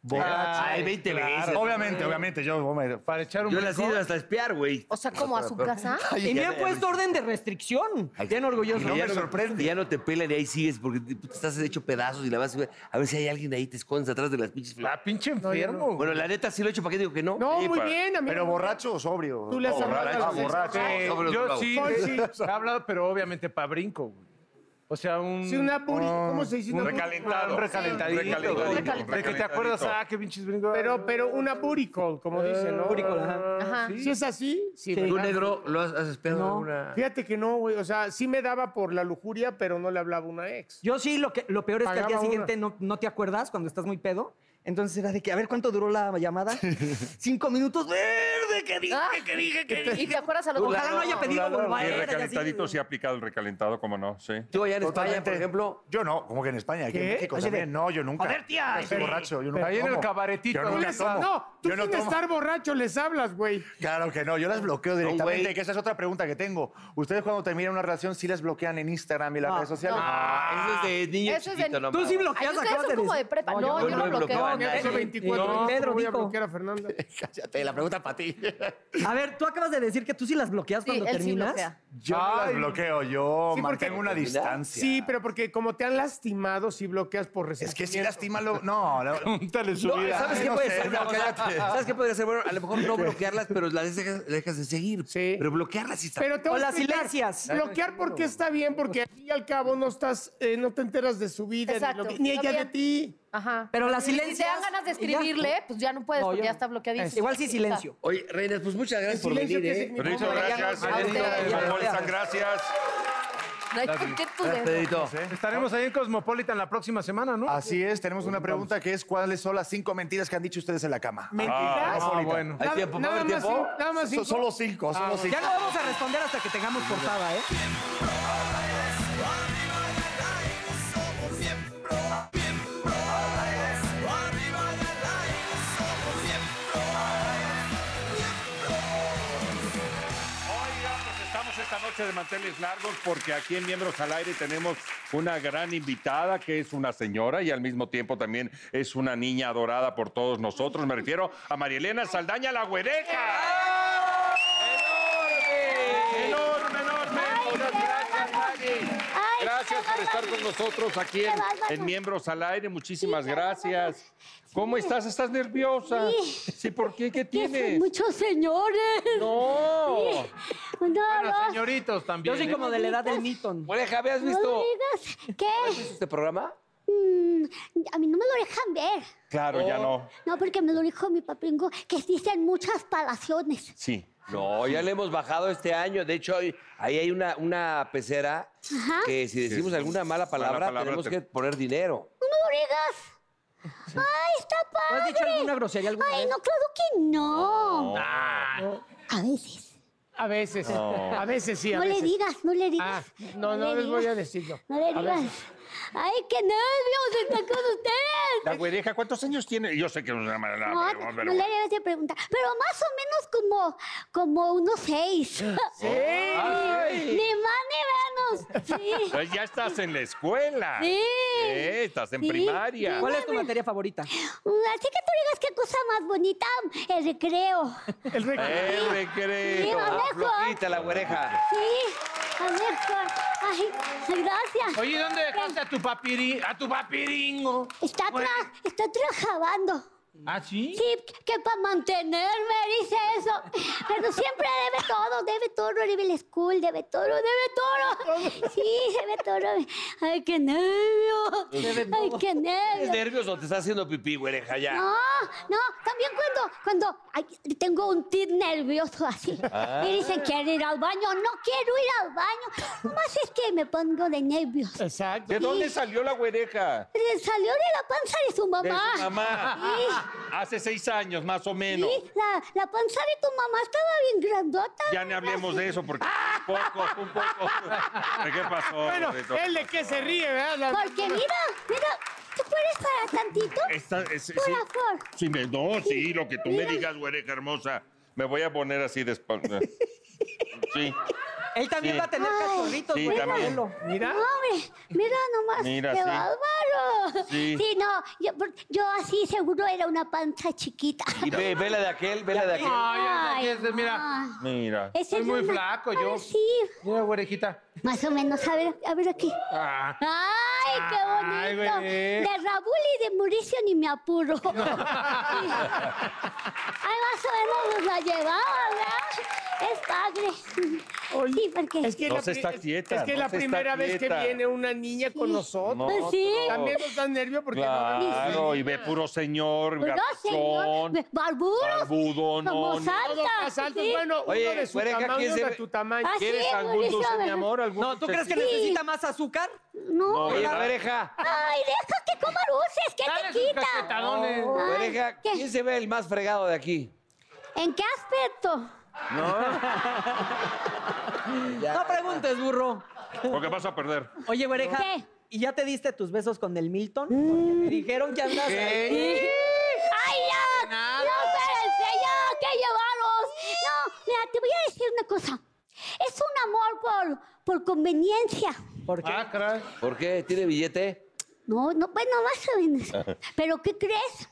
Speaker 9: borracho.
Speaker 1: Ay, 20 veces.
Speaker 9: obviamente, obviamente, yo oh, me-
Speaker 3: Para echar un
Speaker 1: Yo las he
Speaker 3: brinco.
Speaker 1: ido hasta espiar, güey.
Speaker 10: O sea, como a su casa.
Speaker 2: Y me han puesto orden de restricción. Bien orgulloso.
Speaker 1: Y ya
Speaker 9: me sorprende.
Speaker 1: Ya no te pelan y ahí sigues porque te te estás hecho pedazos y la vas a subir. A ver si hay alguien ahí, te escondes atrás de las pinches
Speaker 3: Ah,
Speaker 1: flap.
Speaker 3: pinche enfermo. güey.
Speaker 1: Bueno, la neta sí lo he hecho, ¿para qué digo que no?
Speaker 4: No,
Speaker 5: Sí,
Speaker 4: muy
Speaker 5: pa-
Speaker 4: bien, amigo.
Speaker 9: Pero borracho o sobrio.
Speaker 4: Tú le has
Speaker 5: Oh,
Speaker 4: hablado
Speaker 5: borracho,
Speaker 4: a los
Speaker 5: borracho.
Speaker 4: ex-
Speaker 3: Eh,
Speaker 1: sobre los
Speaker 3: yo
Speaker 1: bravos.
Speaker 3: sí,
Speaker 4: Soy-
Speaker 3: sí, he hablado, pero obviamente para brinco, güey. O sea, un.
Speaker 4: Sí, una puri- ¿cómo se dice? Una puri- Ah,
Speaker 5: recalentado.
Speaker 3: Un recalentadito.
Speaker 5: Recalentadito.
Speaker 3: güey.
Speaker 5: Recalentadito.
Speaker 3: De que te acuerdas, ah, qué pinches Ah, brincos.
Speaker 4: Pero, pero una buricol, como dicen, ¿no?
Speaker 2: Buricol,
Speaker 3: Ah,
Speaker 2: ajá.
Speaker 10: Ajá.
Speaker 4: Si es así, sí.
Speaker 2: Eh, Sí.
Speaker 1: ¿Tú,
Speaker 4: ¿verdad?
Speaker 1: negro, lo has, has espiado
Speaker 2: No.
Speaker 1: alguna?
Speaker 4: Fíjate que no, güey. O sea, sí me daba por la lujuria, pero no le hablaba a una ex.
Speaker 2: Yo sí, lo, que, lo peor es que al día
Speaker 4: Pagaba una.
Speaker 2: siguiente no, no te acuerdas cuando estás muy pedo. Entonces era de que, a ver, ¿cuánto duró la llamada? Cinco minutos. ¡Verde! ¿Qué dije?
Speaker 10: Ah.
Speaker 2: ¿Qué dije? ¿Qué
Speaker 10: ¿Y
Speaker 2: dije?
Speaker 10: te acuerdas a lo mejor?
Speaker 2: Ojalá no haya pedido
Speaker 5: Y
Speaker 2: volver.
Speaker 5: el
Speaker 2: y así.
Speaker 5: recalentadito sí ha aplicado el recalentado, como no, sí.
Speaker 1: ¿Tú allá en España,
Speaker 9: Totalmente.
Speaker 1: por ejemplo?
Speaker 9: Yo no, como que en España, aquí en
Speaker 4: ¿Qué?
Speaker 9: México
Speaker 2: Así de,
Speaker 9: también. No, yo nunca.
Speaker 2: "Joder, tía,
Speaker 9: Yo soy
Speaker 2: pero-
Speaker 9: borracho, yo nunca
Speaker 3: ahí en el
Speaker 9: tomo.
Speaker 3: cabaretito,
Speaker 9: Yo
Speaker 4: Tú
Speaker 9: nunca
Speaker 4: les-
Speaker 9: tomo.
Speaker 4: No, tú
Speaker 9: yo no
Speaker 4: sin
Speaker 9: tomo.
Speaker 4: estar borracho les hablas, güey.
Speaker 9: Claro que no, yo las bloqueo directamente,
Speaker 1: güey.
Speaker 9: que esa es otra pregunta que tengo. Ustedes cuando terminan una relación sí las bloquean en Instagram y las
Speaker 2: No.
Speaker 9: redes sociales.
Speaker 1: Ah, eso es de niño
Speaker 10: Eso es de-
Speaker 1: chiquito, no
Speaker 2: Tú sí
Speaker 10: Ay,
Speaker 1: mames.
Speaker 2: bloqueas
Speaker 10: ustedes
Speaker 2: acabas
Speaker 10: son como
Speaker 2: decir.
Speaker 10: de prepa. No,
Speaker 1: yo
Speaker 10: yo,
Speaker 1: no
Speaker 10: no
Speaker 1: he
Speaker 10: bloqueo.
Speaker 1: bloqueado a
Speaker 4: Ya
Speaker 1: nadie.
Speaker 4: hace 24
Speaker 2: No,
Speaker 4: años
Speaker 2: Pedro
Speaker 4: voy a
Speaker 2: dijo.
Speaker 4: bloquear a Fernanda.
Speaker 9: Cállate, la pregunta para ti.
Speaker 2: A ver, tú acabas de decir que tú sí las bloqueas
Speaker 10: Sí,
Speaker 2: cuando
Speaker 10: él sí
Speaker 2: terminas.
Speaker 10: bloquea.
Speaker 9: Yo no las
Speaker 3: Ay.
Speaker 9: bloqueo, yo
Speaker 4: Sí, porque-
Speaker 9: mantengo una distancia.
Speaker 4: Sí, pero porque como te han lastimado, si bloqueas por
Speaker 9: Es que
Speaker 4: resentimiento.
Speaker 9: sí lastima lo... No, no.
Speaker 3: Pregúntale su
Speaker 1: No,
Speaker 3: vida.
Speaker 1: ¿Sabes qué
Speaker 9: no
Speaker 1: puede
Speaker 9: sé,
Speaker 1: ser?
Speaker 9: no,
Speaker 1: O sea,
Speaker 9: cállate.
Speaker 1: ¿Sabes qué podría ser? Bueno, a lo mejor no bloquearlas, pero las dejas, las dejas de seguir.
Speaker 4: Sí.
Speaker 1: Pero bloquearlas sí está.
Speaker 4: Pero te voy
Speaker 2: O
Speaker 4: a
Speaker 2: las
Speaker 4: explicar.
Speaker 2: silencias.
Speaker 4: Bloquear porque está bien, porque al fin y al cabo no estás, eh, no te enteras de su vida, ni,
Speaker 10: Exacto,
Speaker 4: lo que- ni
Speaker 10: está
Speaker 4: ella de
Speaker 10: bien.
Speaker 4: ti.
Speaker 10: Ajá.
Speaker 2: Pero la
Speaker 10: Si te
Speaker 2: silencias.
Speaker 10: dan ganas de
Speaker 2: y ya.
Speaker 10: escribirle, pues ya no puedes,
Speaker 2: No,
Speaker 10: porque
Speaker 2: yo
Speaker 10: ya
Speaker 2: no.
Speaker 10: está bloqueadísimo.
Speaker 2: Igual sí silencio.
Speaker 1: Oye, Reinas, pues muchas gracias por
Speaker 4: silencio
Speaker 1: venir,
Speaker 4: qué
Speaker 1: ¿eh?
Speaker 4: significa?
Speaker 5: Richo,
Speaker 10: Hombre, ya
Speaker 5: gracias.
Speaker 10: no- a ustedes.
Speaker 5: Cosmopolitan, gracias.
Speaker 10: No hay por qué tú
Speaker 1: Gracias, Pedrito.
Speaker 3: Estaremos ahí en Cosmopolitan la próxima semana,
Speaker 4: Ah,
Speaker 3: ¿no?
Speaker 9: Así es, tenemos una pregunta que es ¿cuáles son las cinco mentiras que han dicho ustedes en la cama?
Speaker 4: ¿Mentiras?
Speaker 3: Ah, bueno.
Speaker 1: ¿Hay tiempo? ¿Va a
Speaker 4: nada,
Speaker 1: haber
Speaker 4: más
Speaker 1: tiempo?
Speaker 4: cinco, nada más
Speaker 9: So-
Speaker 4: cinco. Ah,
Speaker 9: solo cinco, solo cinco.
Speaker 2: Ya no vamos a responder hasta que tengamos portada, ¿eh?
Speaker 5: Oigan, pues estamos esta noche de manteles largos porque aquí en Miembros al Aire tenemos una gran invitada que es una señora y al mismo tiempo también es una niña adorada por todos nosotros. Me refiero a Marielena Saldaña La Güereja. ¡Enorme! ¡Enorme, enorme! Muchas gracias, Maggie. Gracias por estar con nosotros aquí en, en Miembros al Aire. Muchísimas gracias. ¿Cómo estás? ¿Estás nerviosa? Sí. ¿por qué? ¿Qué tienes?
Speaker 11: Muchos señores.
Speaker 5: ¡No!
Speaker 11: No,
Speaker 3: Bueno, señoritos también.
Speaker 2: Yo soy
Speaker 3: ¿eh?
Speaker 2: como de la edad del Newton.
Speaker 1: Oreja, ¿habías
Speaker 11: no
Speaker 1: visto
Speaker 11: digas que
Speaker 1: este programa?
Speaker 11: mm, a mí no me lo dejan ver.
Speaker 5: Claro, ya no.
Speaker 11: No, porque me lo dijo mi papingo que dicen muchas palaciones.
Speaker 5: Sí.
Speaker 1: No, ya le hemos bajado este año. De hecho, ahí ahí hay una, una pecera
Speaker 11: Ajá.
Speaker 1: que si decimos alguna mala palabra,
Speaker 5: palabra
Speaker 1: tenemos
Speaker 5: te-
Speaker 1: que poner dinero.
Speaker 11: No digas. Ay, está
Speaker 2: ¿No
Speaker 11: padre.
Speaker 2: has dicho alguna grosería alguna
Speaker 11: Ay,
Speaker 2: vez?
Speaker 11: no, claro que no. A veces.
Speaker 4: A veces, eh. a veces Ah. sí, a
Speaker 11: No le
Speaker 4: veces.
Speaker 11: digas, no le
Speaker 4: Ah,
Speaker 11: digas.
Speaker 4: no, no
Speaker 11: le
Speaker 4: les voy a
Speaker 11: digas,
Speaker 4: decirlo.
Speaker 11: No le digas. Ay, qué nervios está con ustedes.
Speaker 5: La güereja, ¿cuántos años tiene? Yo sé que no es una mala
Speaker 11: No, pues,
Speaker 5: pero-
Speaker 11: no
Speaker 5: pero-
Speaker 11: le debes de preguntar. Pero más o menos como, como unos seis. Sí. Ni más ni menos. Sí.
Speaker 5: Ah, Pues ya estás en la escuela.
Speaker 11: Sí.
Speaker 5: Eh, estás en
Speaker 11: Sí.
Speaker 5: primaria.
Speaker 2: ¿Cuál es tu materia favorita?
Speaker 11: Así que tú digas qué cosa más bonita, el recreo.
Speaker 4: El recreo.
Speaker 5: Eh,
Speaker 11: Sí,
Speaker 5: recreo.
Speaker 11: a
Speaker 1: Ah,
Speaker 11: mejor.
Speaker 1: flojita la güereja.
Speaker 11: Sí, a ver, Juan. Ay, gracias.
Speaker 3: Oye, ¿dónde dejaste a tu papiri, a tu papiringo?
Speaker 11: Está,
Speaker 4: pues.
Speaker 11: tra- está trabajando.
Speaker 3: ¿Ah, sí?
Speaker 11: Sí, que para mantenerme, dice eso. Pero siempre debe todo, debe todo, debe el school, debe todo, debe todo. Sí, debe todo. Ay, qué nervio. Ay, qué
Speaker 1: ¿Tienes
Speaker 11: nervio.
Speaker 1: nervios o te está haciendo pipí, güereja, ya?
Speaker 11: No, no, también cuando, cuando ay, tengo un tic nervioso así. Y dicen, quiero ir al baño. No quiero ir al baño. Más es que me pongo de nervios.
Speaker 4: Exacto.
Speaker 5: ¿De dónde salió la güereja?
Speaker 11: Le salió de la panza de su
Speaker 5: De
Speaker 11: mamá.
Speaker 4: Ah.
Speaker 5: su mamá.
Speaker 11: Sí,
Speaker 5: Hace seis años, más o menos.
Speaker 11: sí, la, la panza de tu mamá estaba bien grandota.
Speaker 5: Ya ni hablemos de eso porque un poco, un poco. ¿De qué pasó?
Speaker 4: Bueno,
Speaker 5: Rorrito?
Speaker 4: él de qué se ríe, ¿verdad? La-
Speaker 11: Porque mira, mira, ¿tú puedes parar tantito?
Speaker 5: Esta- es-
Speaker 11: Por
Speaker 5: sí.
Speaker 11: favor.
Speaker 5: Sí, me- no, sí, lo que tú me digas, güereja hermosa. Me voy a poner así de espalda. Sí.
Speaker 12: Él también
Speaker 5: Sí.
Speaker 12: va a tener
Speaker 11: Ay,
Speaker 12: cachorritos,
Speaker 5: sí,
Speaker 12: güey.
Speaker 5: también.
Speaker 12: abuelo.
Speaker 11: No, hombre, mira nomás.
Speaker 5: Mira,
Speaker 11: ¡Qué
Speaker 5: sí.
Speaker 11: bárbaro!
Speaker 5: Sí.
Speaker 11: no, yo, por- yo así seguro era una panza chiquita.
Speaker 1: Y ve, ve la de aquel, ve la de aquel.
Speaker 11: Ay,
Speaker 3: mira.
Speaker 5: Mira.
Speaker 11: Ese
Speaker 3: Soy
Speaker 11: es
Speaker 3: muy
Speaker 11: una-
Speaker 3: flaco yo.
Speaker 11: Ah, sí,
Speaker 3: Mira, orejita.
Speaker 11: más o menos. A ver, a ver aquí.
Speaker 3: Ah.
Speaker 11: ¡Ay, qué
Speaker 3: Ay,
Speaker 11: bonito!
Speaker 3: bebé.
Speaker 11: de Raúl y de Mauricio ni me apuro. Sí. Ay, más o menos nos la llevaba, ¿verdad? Es padre. Sí, porque...
Speaker 4: Es que
Speaker 5: No
Speaker 4: la
Speaker 5: se
Speaker 4: pri-
Speaker 5: está
Speaker 4: es-
Speaker 5: quieta,
Speaker 4: es que
Speaker 5: no
Speaker 4: la
Speaker 5: se está
Speaker 4: primera vez que
Speaker 5: quieta.
Speaker 4: viene una niña con
Speaker 11: Sí.
Speaker 4: nosotros.
Speaker 5: Pues
Speaker 11: sí.
Speaker 4: También nos da nervio porque no vemos
Speaker 5: Claro,
Speaker 4: niña.
Speaker 5: y ve puro señor,
Speaker 11: Ah. Pues no, señor.
Speaker 5: garzón,
Speaker 11: ve- Barbudos.
Speaker 5: barbudo, no,
Speaker 11: Como
Speaker 5: no.
Speaker 11: salta.
Speaker 4: Todos más altos.
Speaker 11: sí.
Speaker 4: Bueno,
Speaker 1: Oye,
Speaker 4: uno de su
Speaker 1: Cuereca,
Speaker 4: tamaño,
Speaker 1: ¿quién
Speaker 4: uno
Speaker 1: se
Speaker 4: de
Speaker 1: ve?
Speaker 4: tu tamaño.
Speaker 11: Ah, sí,
Speaker 1: ¿Quieres algún
Speaker 11: Mauricio,
Speaker 1: dulce, mi
Speaker 11: ¿verdad?
Speaker 1: amor? ¿Algún
Speaker 12: No, ¿tú crees que
Speaker 1: dulcecito?
Speaker 12: necesita más azúcar?
Speaker 11: No.
Speaker 1: Oye,
Speaker 5: ¿verdad?
Speaker 1: pareja.
Speaker 11: Ay, deja que coma dulces, ¿qué
Speaker 4: Dale
Speaker 11: te
Speaker 4: sus
Speaker 11: quita?
Speaker 4: cachetadones.
Speaker 11: Ay,
Speaker 1: Pareja,
Speaker 11: ¿qué?
Speaker 1: ¿quién se ve el más fregado de aquí?
Speaker 11: ¿En qué aspecto?
Speaker 12: No preguntes, burro.
Speaker 5: Porque vas a perder.
Speaker 12: Oye, güereja,
Speaker 11: ¿Qué?
Speaker 12: ¿y ya te diste tus besos con el Milton? Porque me dijeron que andas ahí.
Speaker 11: ¡Ay, ya! ¡No, espérense, ya! ¡Qué llevaros! No, mira, te voy a decir una cosa. Es un amor por, por conveniencia.
Speaker 12: ¿Por qué?
Speaker 3: Ah, caray.
Speaker 1: ¿Por qué? ¿Tiene billete?
Speaker 11: No, no, pues no más o menos. ¿Pero qué crees?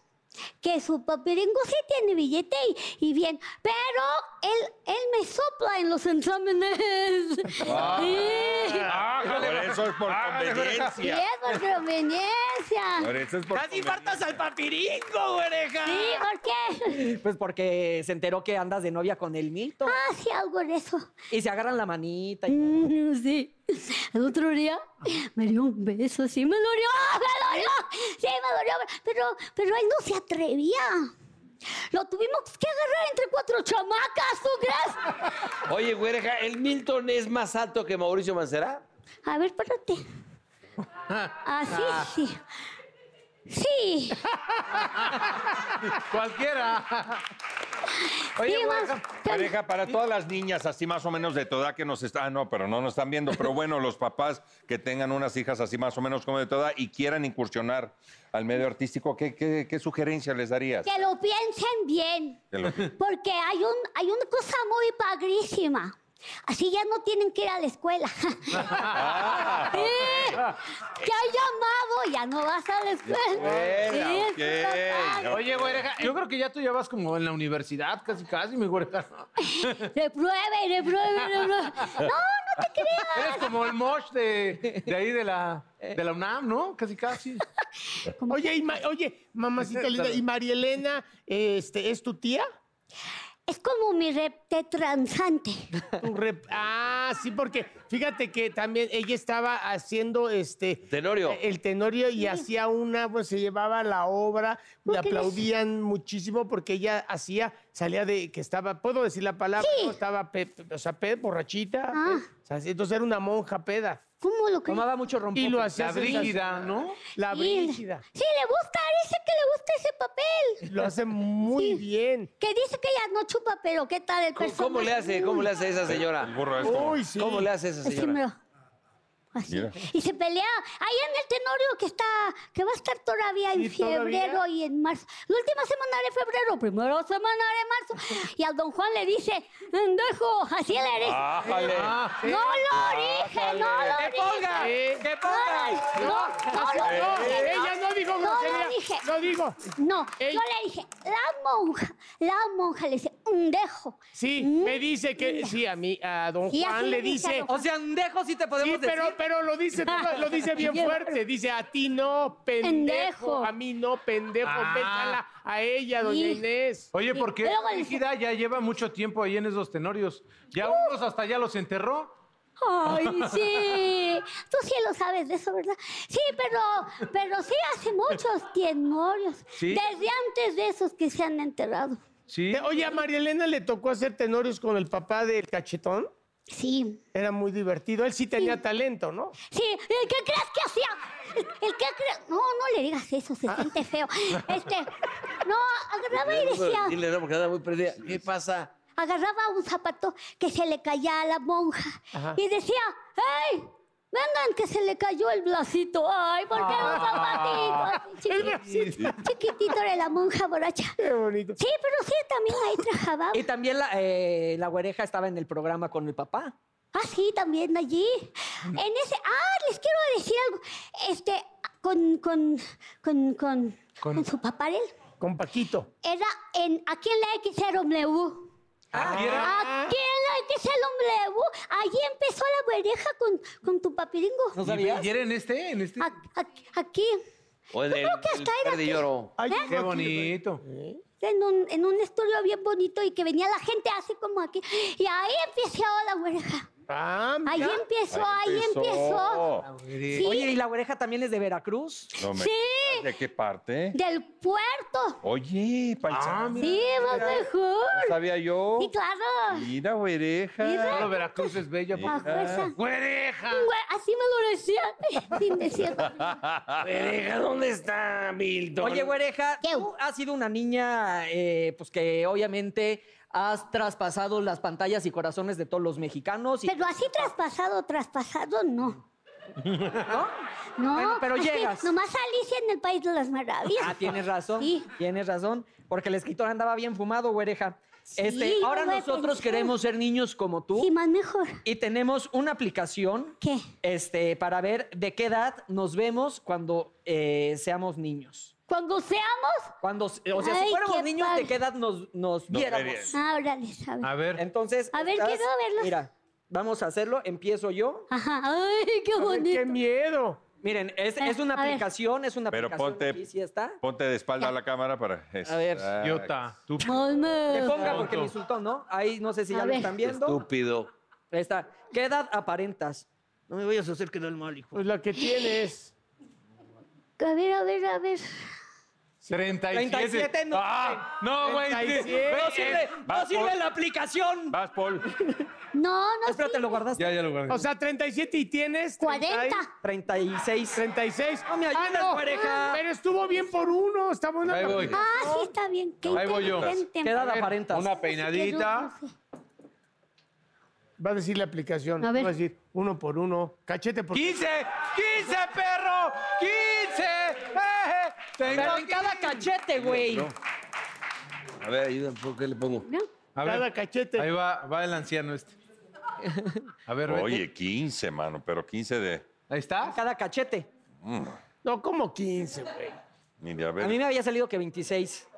Speaker 11: Que su papiringo sí tiene billete y, y bien, pero él, él me sopla en los exámenes. Sí.
Speaker 5: Ah, por eso es por
Speaker 3: Ah,
Speaker 11: Sí,
Speaker 5: conveniencia.
Speaker 11: es por conveniencia.
Speaker 5: Por eso es por
Speaker 12: ¡Casi
Speaker 5: conveniencia.
Speaker 12: faltas al papiringo, güereja!
Speaker 11: Sí, ¿por qué?
Speaker 12: Pues porque se enteró que andas de novia con el Milton.
Speaker 11: Ah, sí, algo de eso.
Speaker 12: Y se agarran la manita. y-
Speaker 11: Mm, sí. El otro día me dio un beso, sí me dolió, ¡ah, me dolió, sí me dolió, pero, pero él no se atrevía. Lo tuvimos que agarrar entre cuatro chamacas, ¿tú crees?
Speaker 1: Oye, güereja, ¿el Milton es más alto que Mauricio Mancera?
Speaker 11: A ver, párate. Así, sí. Sí,
Speaker 3: Cualquiera.
Speaker 11: sí, más.
Speaker 5: Pareja, para todas las niñas así más o menos de tu edad que nos están, ah, no, pero no nos están viendo, pero bueno, los papás que tengan unas hijas así más o menos como de tu edad y quieran incursionar al medio artístico, ¿qué, qué, qué sugerencia les darías?
Speaker 11: Que lo piensen bien.
Speaker 5: Que lo-
Speaker 11: Porque hay, un, hay una cosa muy padrísima. Así ya no tienen que ir a la escuela. Sí, Te han llamado, ya no vas a la escuela. Sí,
Speaker 5: Bueno,
Speaker 11: es una
Speaker 5: ok.
Speaker 3: Oye, güereja, yo creo que ya tú ya vas como en la universidad, casi, casi, mi güereja.
Speaker 11: madre. Repruebe, repruebe, repruebe. No, no te creas.
Speaker 3: Eres como el mosh de, de ahí de la, de la UNAM, ¿no? Casi, casi.
Speaker 4: Oye, y ma- oye, mamacita linda, ¿y Marielena este, es tu tía?
Speaker 11: Es como mi repte transante.
Speaker 4: Tu rep- ah, sí, porque fíjate que también ella estaba haciendo este.
Speaker 1: Tenorio.
Speaker 4: El tenorio y hacía una, pues se llevaba la obra, le
Speaker 11: ¿Por qué
Speaker 4: aplaudían muchísimo porque ella hacía, salía de que estaba, puedo decir la palabra,
Speaker 11: Sí.
Speaker 4: ¿no? estaba, pe- pe- o sea, pe- borrachita.
Speaker 11: Ah.
Speaker 4: pe- o sea, entonces era una monja peda.
Speaker 11: ¿Cómo lo crees?
Speaker 12: Tomaba mucho rompope.
Speaker 4: Y lo hacía
Speaker 3: La brígida, ¿no?
Speaker 4: La
Speaker 11: Sí,
Speaker 4: brígida.
Speaker 11: Sí, le gusta, dice que le gusta ese papel.
Speaker 4: Lo hace muy bien.
Speaker 11: Que dice que ella no chupa, pero ¿qué tal el
Speaker 1: ¿Cómo,
Speaker 11: personaje?
Speaker 1: cómo le hace? ¿Cómo le hace esa
Speaker 5: El
Speaker 1: señora?
Speaker 5: burro es como-
Speaker 4: Uy, sí.
Speaker 1: ¿Cómo le hace esa
Speaker 11: Así
Speaker 1: señora?
Speaker 11: mero. Así.
Speaker 5: Mira.
Speaker 11: Y se pelea. Ahí en el Tenorio que está, que va a estar todavía en
Speaker 4: Sí, todavía.
Speaker 11: febrero y en marzo. La última semana de febrero, primera semana de marzo. Y al don Juan le dice, dejo, así le eres.
Speaker 5: Ájale.
Speaker 11: no lo dije, no lo dije.
Speaker 12: ponga! ¡Que ponga!
Speaker 11: No, no, lo dije,
Speaker 4: No,
Speaker 11: no.
Speaker 4: Eh, ella no dijo
Speaker 11: No
Speaker 4: grosería.
Speaker 11: lo dije.
Speaker 4: No digo.
Speaker 11: No,
Speaker 4: Ey.
Speaker 11: yo le dije, la monja, la monja le dice, dejo.
Speaker 4: Sí,
Speaker 11: Mm.
Speaker 4: me dice que sí, a mí, a don
Speaker 11: Sí, así
Speaker 4: Juan le
Speaker 11: le dice a
Speaker 4: dice.
Speaker 11: don
Speaker 12: O sea, andejo sí te
Speaker 4: Sí,
Speaker 12: podemos
Speaker 4: pero,
Speaker 12: decir.
Speaker 4: pero lo dice, tú lo- lo dice bien fuerte. Dice, a ti no, pendejo.
Speaker 11: Pendejo.
Speaker 4: A mí no, pendejo.
Speaker 3: Ah.
Speaker 4: Pétala a ella, doña
Speaker 11: Sí.
Speaker 4: Inés.
Speaker 3: Oye, porque
Speaker 11: Luego
Speaker 3: la
Speaker 11: le dice- Uh.
Speaker 3: brígida ya lleva mucho tiempo ahí en esos tenorios. Ya unos hasta ya los enterró.
Speaker 11: Ay, sí. Tú sí lo sabes de eso, ¿verdad? Sí, pero, pero sí hace muchos tienorios.
Speaker 3: Sí.
Speaker 11: Desde antes de esos que se han enterrado.
Speaker 3: Sí.
Speaker 4: Te- Eh, Oye, a María Elena le tocó hacer tenorios con el papá del cachetón.
Speaker 11: Sí.
Speaker 4: Era muy divertido. Él sí tenía talento, ¿no?
Speaker 11: Sí, ¿el qué crees que hacía? ¿El, el qué crees? No, no le digas eso, se siente feo. Este, no, agarraba y decía,
Speaker 1: Dile, no, porque anda muy perdida. ¿Qué pasa?
Speaker 11: agarraba un zapato que se le caía a la monja y decía, ¡Ey! Vengan, que se le cayó el bracito. Ay, ¿por qué un zapatito? así chiquitito, chiquitito de la monja borracha.
Speaker 4: Qué bonito.
Speaker 11: Sí, pero sí, también ahí trabajaba.
Speaker 12: Y también la, eh, la güereja estaba en el programa con el papá.
Speaker 11: Ah, sí, también allí. En ese. Ah, les quiero decir algo. Este, con, con, con, con,
Speaker 4: Con-
Speaker 11: con su papá, él.
Speaker 4: Con Paquito.
Speaker 11: Era en, aquí en la XRW. Ah,
Speaker 3: Ah.
Speaker 4: "Ah".
Speaker 11: Aquí en la XRW. Allí empezó la güereja con, con tu papiringo.
Speaker 3: ¿No ¿Y era en este? ¿En
Speaker 11: Ah,
Speaker 3: este?
Speaker 11: Aquí, aquí,
Speaker 1: O en el,
Speaker 11: creo que
Speaker 1: el
Speaker 11: hasta era
Speaker 1: Verde
Speaker 11: aquí.
Speaker 1: lloro.
Speaker 11: Ay, ¿Eh?
Speaker 3: qué bonito.
Speaker 11: en un, en un estudio bien bonito y que venía la gente así como aquí. Y ahí empezó la güereja. ahí empezó, ahí empezó. Sí.
Speaker 2: Oye, ¿y la oreja también es de Veracruz?
Speaker 5: No me-
Speaker 11: Sí.
Speaker 5: ¿De qué parte?
Speaker 11: Del puerto.
Speaker 5: Oye,
Speaker 2: Ah,
Speaker 5: paisano.
Speaker 11: Sí, más mejor.
Speaker 5: No sabía yo.
Speaker 11: Sí, claro.
Speaker 5: Mira, güereja.
Speaker 11: Mira. Solo
Speaker 5: Veracruz es bello.
Speaker 11: A fuerza.
Speaker 4: ¡Güereja!
Speaker 11: Güe- Así me lo decían. Sí, me decían.
Speaker 4: Güereja, ¿dónde está Milton?
Speaker 2: Oye, oreja, tú has sido una niña, eh, pues que obviamente has traspasado las pantallas y corazones de todos los mexicanos. Y,
Speaker 11: Pero así traspasado, traspasado, no.
Speaker 2: ¿no?
Speaker 11: No,
Speaker 2: Bueno, pero
Speaker 11: así,
Speaker 2: llegas.
Speaker 11: Nomás Alicia en el País de las Maravillas.
Speaker 2: Ah, tienes razón. Tienes razón. Porque el escritor andaba bien fumado, güereja. Este,
Speaker 11: yo
Speaker 2: ahora
Speaker 11: voy a
Speaker 2: nosotros
Speaker 11: pensar.
Speaker 2: queremos ser niños como tú.
Speaker 11: Sí, más mejor.
Speaker 2: Y tenemos una aplicación Este, para ver de qué edad nos vemos cuando eh, seamos niños.
Speaker 11: Cuando seamos.
Speaker 2: Cuando, se- Eh, o sea, si
Speaker 11: Ay,
Speaker 2: fuéramos
Speaker 11: qué
Speaker 2: niños, ¿de
Speaker 11: padre.
Speaker 2: qué edad nos, nos
Speaker 5: No, eh,
Speaker 2: viéramos?
Speaker 5: verías.
Speaker 11: Ah, órale, ¿sabes?
Speaker 3: A ver.
Speaker 2: Entonces.
Speaker 11: A ver, quiero verlos.
Speaker 2: Mira, vamos a hacerlo. Empiezo yo.
Speaker 11: Ajá. Ay, qué bonito.
Speaker 4: ¡Qué miedo!
Speaker 2: Miren, es,
Speaker 11: Ah,
Speaker 2: es una
Speaker 11: a ver.
Speaker 2: aplicación, es una
Speaker 5: Pero
Speaker 2: aplicación.
Speaker 5: ponte-
Speaker 2: aquí sí está.
Speaker 5: Ponte de espalda a la cámara para.
Speaker 2: A ver.
Speaker 5: Idiota.
Speaker 11: Más
Speaker 2: Que
Speaker 11: mejor.
Speaker 2: ponga porque me insultó, ¿no? Ahí no sé si
Speaker 11: A
Speaker 2: ya lo
Speaker 11: ver.
Speaker 2: están viendo.
Speaker 1: Estúpido.
Speaker 2: Ahí está. ¿Qué edad aparentas? No me vayas a hacer quedar mal, hijo.
Speaker 4: Pues la que tienes.
Speaker 11: A ver, a ver, a ver.
Speaker 13: 37.
Speaker 2: 37 no.
Speaker 13: Ah, no, güey. sí.
Speaker 4: 37.
Speaker 2: No sirve, no
Speaker 13: Vas,
Speaker 2: sirve
Speaker 13: Paul.
Speaker 2: la aplicación.
Speaker 5: Vas, Paul.
Speaker 11: No, no.
Speaker 2: Espérate, lo guardaste.
Speaker 3: Ya, ya lo guardé.
Speaker 4: O sea, 37 y tienes.
Speaker 11: 40.
Speaker 2: 36.
Speaker 4: 36.
Speaker 2: No me ayudes, pareja.
Speaker 4: Ah, Pero estuvo bien por uno. Está buena.
Speaker 3: Ahí
Speaker 4: la-
Speaker 3: voy.
Speaker 11: Ah, sí, está bien. Qué
Speaker 3: Ahí voy yo.
Speaker 11: inteligente.
Speaker 2: ¿Qué edad
Speaker 11: A ver,
Speaker 2: aparentas?
Speaker 3: Una peinadita.
Speaker 11: no sé.
Speaker 4: Va a decir la aplicación.
Speaker 11: A ver.
Speaker 4: Va a decir uno por uno. Cachete por
Speaker 3: 15, 15, perro, 15. eh, tengo
Speaker 2: Pero en cada cachete, güey.
Speaker 1: A ver, ayúdame, ¿por qué le pongo?
Speaker 11: ¿No?
Speaker 3: A ver,
Speaker 4: cada cachete.
Speaker 3: ahí va, va el anciano este. A ver, vete.
Speaker 5: Oye, 15, mano, pero 15 de.
Speaker 3: Ahí
Speaker 2: En
Speaker 3: está.
Speaker 2: cada cachete.
Speaker 4: No, como 15, güey.
Speaker 5: Ni de
Speaker 2: A mí
Speaker 5: haber.
Speaker 2: me había salido que 26.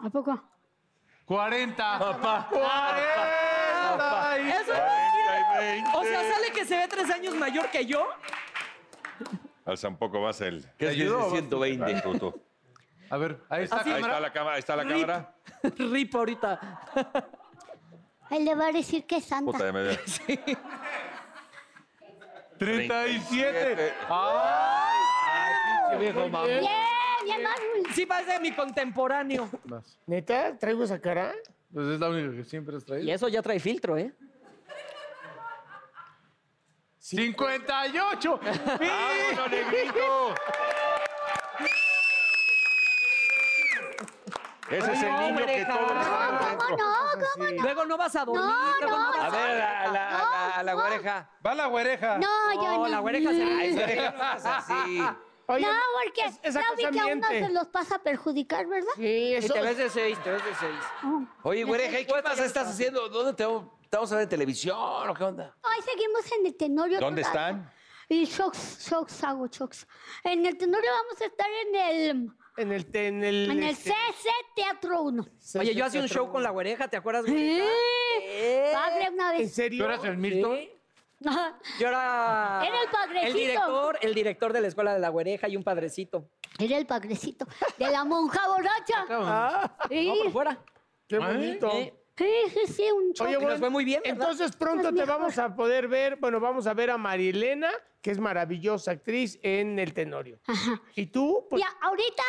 Speaker 11: ¿A poco?
Speaker 3: 40. Papá. 40.
Speaker 2: Eso no es cierto. O sea, sale que se ve tres años mayor que yo.
Speaker 5: Alza un poco más el.
Speaker 1: ¿Qué es
Speaker 3: ayudó?
Speaker 1: 120?
Speaker 5: Ah, tú, tú.
Speaker 3: A ver, ahí está.
Speaker 5: Ahí está
Speaker 3: cámara.
Speaker 5: la cámara, ahí está la
Speaker 2: Rip.
Speaker 5: cámara.
Speaker 2: Rip ahorita.
Speaker 11: Él le va a decir que es santa.
Speaker 5: Puta, ya me dio.
Speaker 3: 37.
Speaker 4: Qué viejo, mamá.
Speaker 11: Bien, bien, Manuel.
Speaker 2: Sí, parece mi contemporáneo.
Speaker 4: ¿Neta? ¿Traigo esa cara?
Speaker 3: Pues es la única que siempre has
Speaker 2: Y
Speaker 3: traído.
Speaker 2: eso ya trae filtro, ¿eh?
Speaker 3: 58.
Speaker 4: Ah,
Speaker 3: ¡Vámonos, negrito!
Speaker 5: Ese es el niño que
Speaker 2: oreja.
Speaker 5: todo le va
Speaker 11: ¿Cómo
Speaker 5: adentro.
Speaker 11: no? ¿Cómo no?
Speaker 2: Luego no vas a dormir.
Speaker 11: No,
Speaker 2: luego
Speaker 11: no,
Speaker 2: vas
Speaker 1: A ver, a la, a la, a la güereja.
Speaker 3: Va la güereja.
Speaker 11: No, yo no.
Speaker 2: No, la oreja se la-
Speaker 1: Ay, güereja, no hagas así.
Speaker 4: Oye,
Speaker 11: No, porque
Speaker 4: es- esa
Speaker 11: la única
Speaker 4: cosa
Speaker 11: a uno
Speaker 4: miente.
Speaker 11: se los pasa a perjudicar, ¿verdad?
Speaker 4: Sí,
Speaker 2: Y
Speaker 4: eso.
Speaker 2: te ves de seis, te ves de seis.
Speaker 11: Oh.
Speaker 1: Oye, güereja, ¿y qué más estás haciendo? ¿Dónde te vamos, te vamos a ver en televisión o qué onda?
Speaker 11: Hoy seguimos en el Tenorio.
Speaker 5: ¿Dónde
Speaker 11: todavía.
Speaker 5: están?
Speaker 11: Y shocks, shocks, hago shocks. En el Tenorio vamos a estar en el,
Speaker 4: En el. En el,
Speaker 11: en el
Speaker 4: este,
Speaker 11: CC Teatro 1.
Speaker 2: Oye, yo hacía un show con la güereja, ¿te acuerdas? güereja?
Speaker 11: ¿Eh? Padre una
Speaker 4: ¿En
Speaker 11: vez.
Speaker 4: serio?
Speaker 3: ¿Tú eras el Milton?
Speaker 2: Sí. Yo era.
Speaker 11: Era el padrecito.
Speaker 2: director, el director de la escuela de la güereja y un padrecito.
Speaker 11: Era el padrecito de la monja borracha. Sí,
Speaker 2: No, por fuera.
Speaker 4: Ah, Qué bonito.
Speaker 2: Eh,
Speaker 11: sí, sí, sí, un shock.
Speaker 4: Oye,
Speaker 2: nos
Speaker 4: bueno,
Speaker 2: fue muy bien, ¿verdad?
Speaker 4: Entonces pronto
Speaker 11: Pues
Speaker 4: te
Speaker 11: mejor.
Speaker 4: vamos a poder ver, bueno, vamos a ver a Marilena, que es maravillosa actriz en El Tenorio. Y tú, pues,
Speaker 11: Ya, ahorita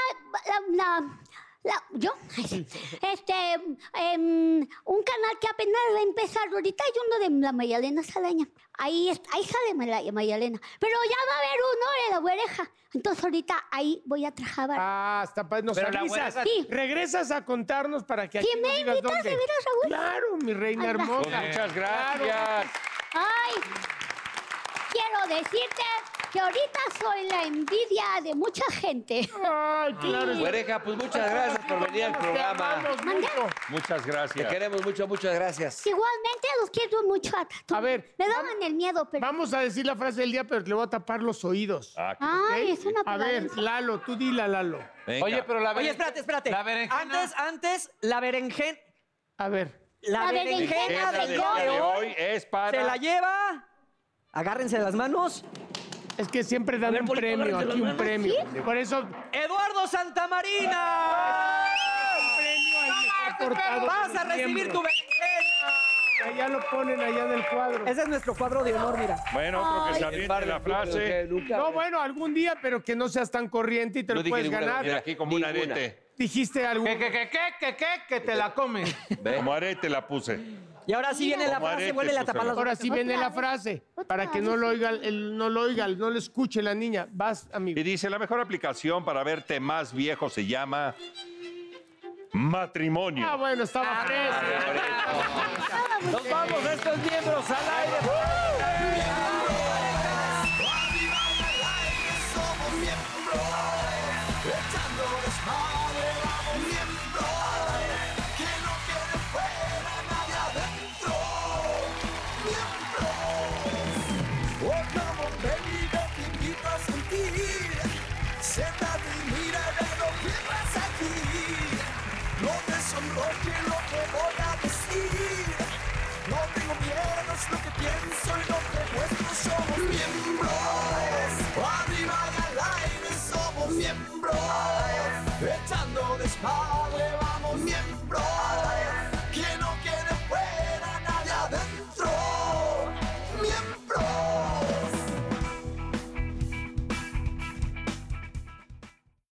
Speaker 11: la, la- la- yo, ay, sí. este, em, un canal que apenas va a empezar ahorita hay uno de la Mayalena Salaña. Ahí, es- ahí sale Mala- Mayalena. Pero ya va a haber uno de la oreja. Entonces ahorita ahí voy a trabajar.
Speaker 4: ah, hasta pa- nos
Speaker 3: Pero la
Speaker 4: avisas.
Speaker 3: güereja-
Speaker 11: Sí.
Speaker 4: Regresas a contarnos para que aquí
Speaker 11: Sí,
Speaker 4: nos
Speaker 11: me
Speaker 4: digas
Speaker 11: invitas,
Speaker 4: dónde.
Speaker 11: de veras, Raúl.
Speaker 4: Claro, mi reina
Speaker 11: Ahí va.
Speaker 4: hermosa.
Speaker 5: Pues muchas gracias.
Speaker 11: Ay, quiero decirte que ahorita soy la envidia de mucha gente. Ay,
Speaker 1: Güereja, pues muchas gracias por venir al programa.
Speaker 5: Muchas gracias.
Speaker 1: Te queremos mucho, muchas gracias.
Speaker 11: Igualmente los quiero mucho. A, ver. Me daban el miedo, pero...
Speaker 4: Vamos a decir la frase del día, pero le voy a tapar los oídos.
Speaker 5: Ah,
Speaker 12: Ah.
Speaker 11: Ay, es una
Speaker 4: A ver,
Speaker 11: palabra.
Speaker 4: Lalo, tú dila, Lalo.
Speaker 12: Oye, pero la Oye, espérate, espérate. Antes, antes, la berenjena.
Speaker 4: A ver.
Speaker 12: La,
Speaker 4: La
Speaker 12: berenjena,
Speaker 4: berenjena
Speaker 12: del
Speaker 4: del
Speaker 12: día
Speaker 4: día
Speaker 12: de
Speaker 4: de
Speaker 12: hoy.
Speaker 4: hoy es para-
Speaker 12: Se la lleva. Agárrense las manos.
Speaker 4: Es que siempre dan un premio, aquí un premio. Por eso
Speaker 12: Eduardo Santamarina. Vas a recibir tu berenjena.
Speaker 4: Allá lo ponen allá del cuadro.
Speaker 12: Ese es nuestro cuadro de honor, mira.
Speaker 5: Bueno, otro que se aviente la frase.
Speaker 4: No, bueno, algún día, pero que no seas tan corriente y te
Speaker 5: No
Speaker 4: lo
Speaker 5: dije
Speaker 4: puedes
Speaker 5: ninguna
Speaker 4: ganar.
Speaker 5: mentira, aquí como un
Speaker 4: Ninguna.
Speaker 5: arete.
Speaker 4: Dijiste algo.
Speaker 5: Que, que,
Speaker 4: que, que, que te la comes.
Speaker 5: Como arete la puse.
Speaker 12: ¿Eh? Y ahora sí viene la
Speaker 5: Como
Speaker 12: frase,
Speaker 5: arete
Speaker 12: huele la
Speaker 5: puse
Speaker 12: tapa los
Speaker 4: Ahora sí viene la frase, para que no lo oiga, el- no lo oiga, no lo escuche la niña. Vas, amigo.
Speaker 5: Y dice, la mejor aplicación para verte más viejo se llama matrimonio.
Speaker 4: Ah, bueno, estaba fresco.
Speaker 1: Nos vamos, estos miembros al aire.
Speaker 14: Otra Montevideo te invito a sentir. Siéntate y mira de lo que pasa aquí. No te sonrojes lo que voy a decir. No tengo miedo, es lo que pienso y lo que muestro. Somos miembros. Arriba y al aire somos miembros. Echando desmadre vamos miembros.